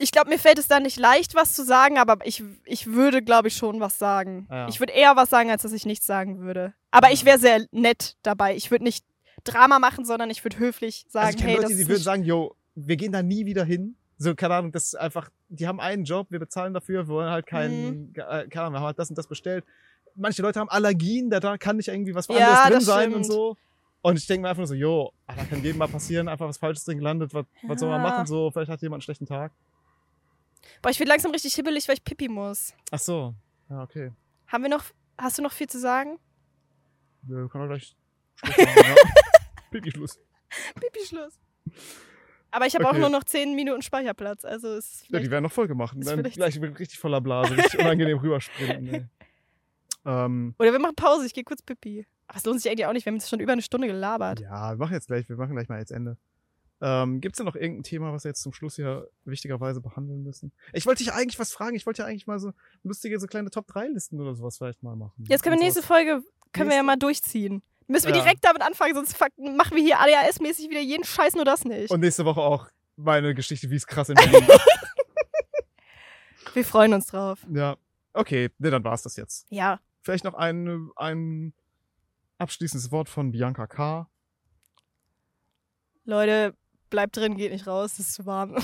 Ich glaube, mir fällt es da nicht leicht, was zu sagen, aber ich, ich würde, glaube ich, schon was sagen.
Ah ja. Ah,
Ich würde eher was sagen, als dass ich nichts sagen würde. Aber ich
Ja.
wäre sehr nett dabei. Ich würde nicht Drama machen, sondern ich würde höflich sagen,
also ich kenne
hey,
Leute,
das
die
ist
würden
nicht-
sagen, yo, wir gehen da nie wieder hin. So, keine Ahnung, das ist einfach, die haben einen Job, wir bezahlen dafür, wir wollen halt keinen,
Mhm.
äh, keine Ahnung, wir haben halt das und das bestellt. Manche Leute haben Allergien, da, da kann nicht irgendwie was
Ja,
anderes drin
das
sein und
stimmt.
so. Und ich denke mir einfach nur so, jo, ah, da kann jedem mal passieren, einfach was Falsches drin gelandet, was, was soll man
Ja.
machen, so, vielleicht hat jemand einen schlechten Tag.
Boah, ich werde langsam richtig hibbelig, weil ich pipi muss.
Ach so, ja, okay.
Haben wir noch, hast du noch viel zu sagen?
Wir können auch gleich Schluss machen, ja. Pipi-Schluss.
Pipi-Schluss. Aber ich habe auch
Okay.
nur noch 10 Minuten Speicherplatz, also es ist
Ja, die
vielleicht-
werden noch voll gemacht. Und
Ist
dann
vielleicht-
gleich wird richtig voller Blase, richtig unangenehm rübersprinten. ey. Ähm,
Oder wir machen Pause, ich gehe kurz pipi. Aber es lohnt sich eigentlich auch nicht, wir haben jetzt schon über eine Stunde gelabert.
Ja, wir machen jetzt gleich, wir machen gleich mal jetzt Ende. Ähm, Gibt es denn noch irgendein Thema, was wir jetzt zum Schluss hier wichtigerweise behandeln müssen? Ich wollte dich eigentlich was fragen. Ich wollte ja eigentlich mal so lustige, so kleine Top-3-Listen oder sowas vielleicht mal machen. Also
Jetzt können wir nächste
Sowas.
Folge, können wir
Nächste-
ja mal durchziehen. Müssen wir
Ja.
direkt damit anfangen, sonst fuck- machen wir hier ADHS-mäßig wieder jeden Scheiß, nur das nicht.
Und nächste Woche auch meine Geschichte, wie es krass in Berlin war.
wir freuen uns drauf.
Ja. Okay, ne, dann war's das jetzt.
Ja.
Vielleicht noch ein, ein abschließendes Wort von Bianca K.
Leute, bleibt drin, geht nicht raus, es ist zu warm.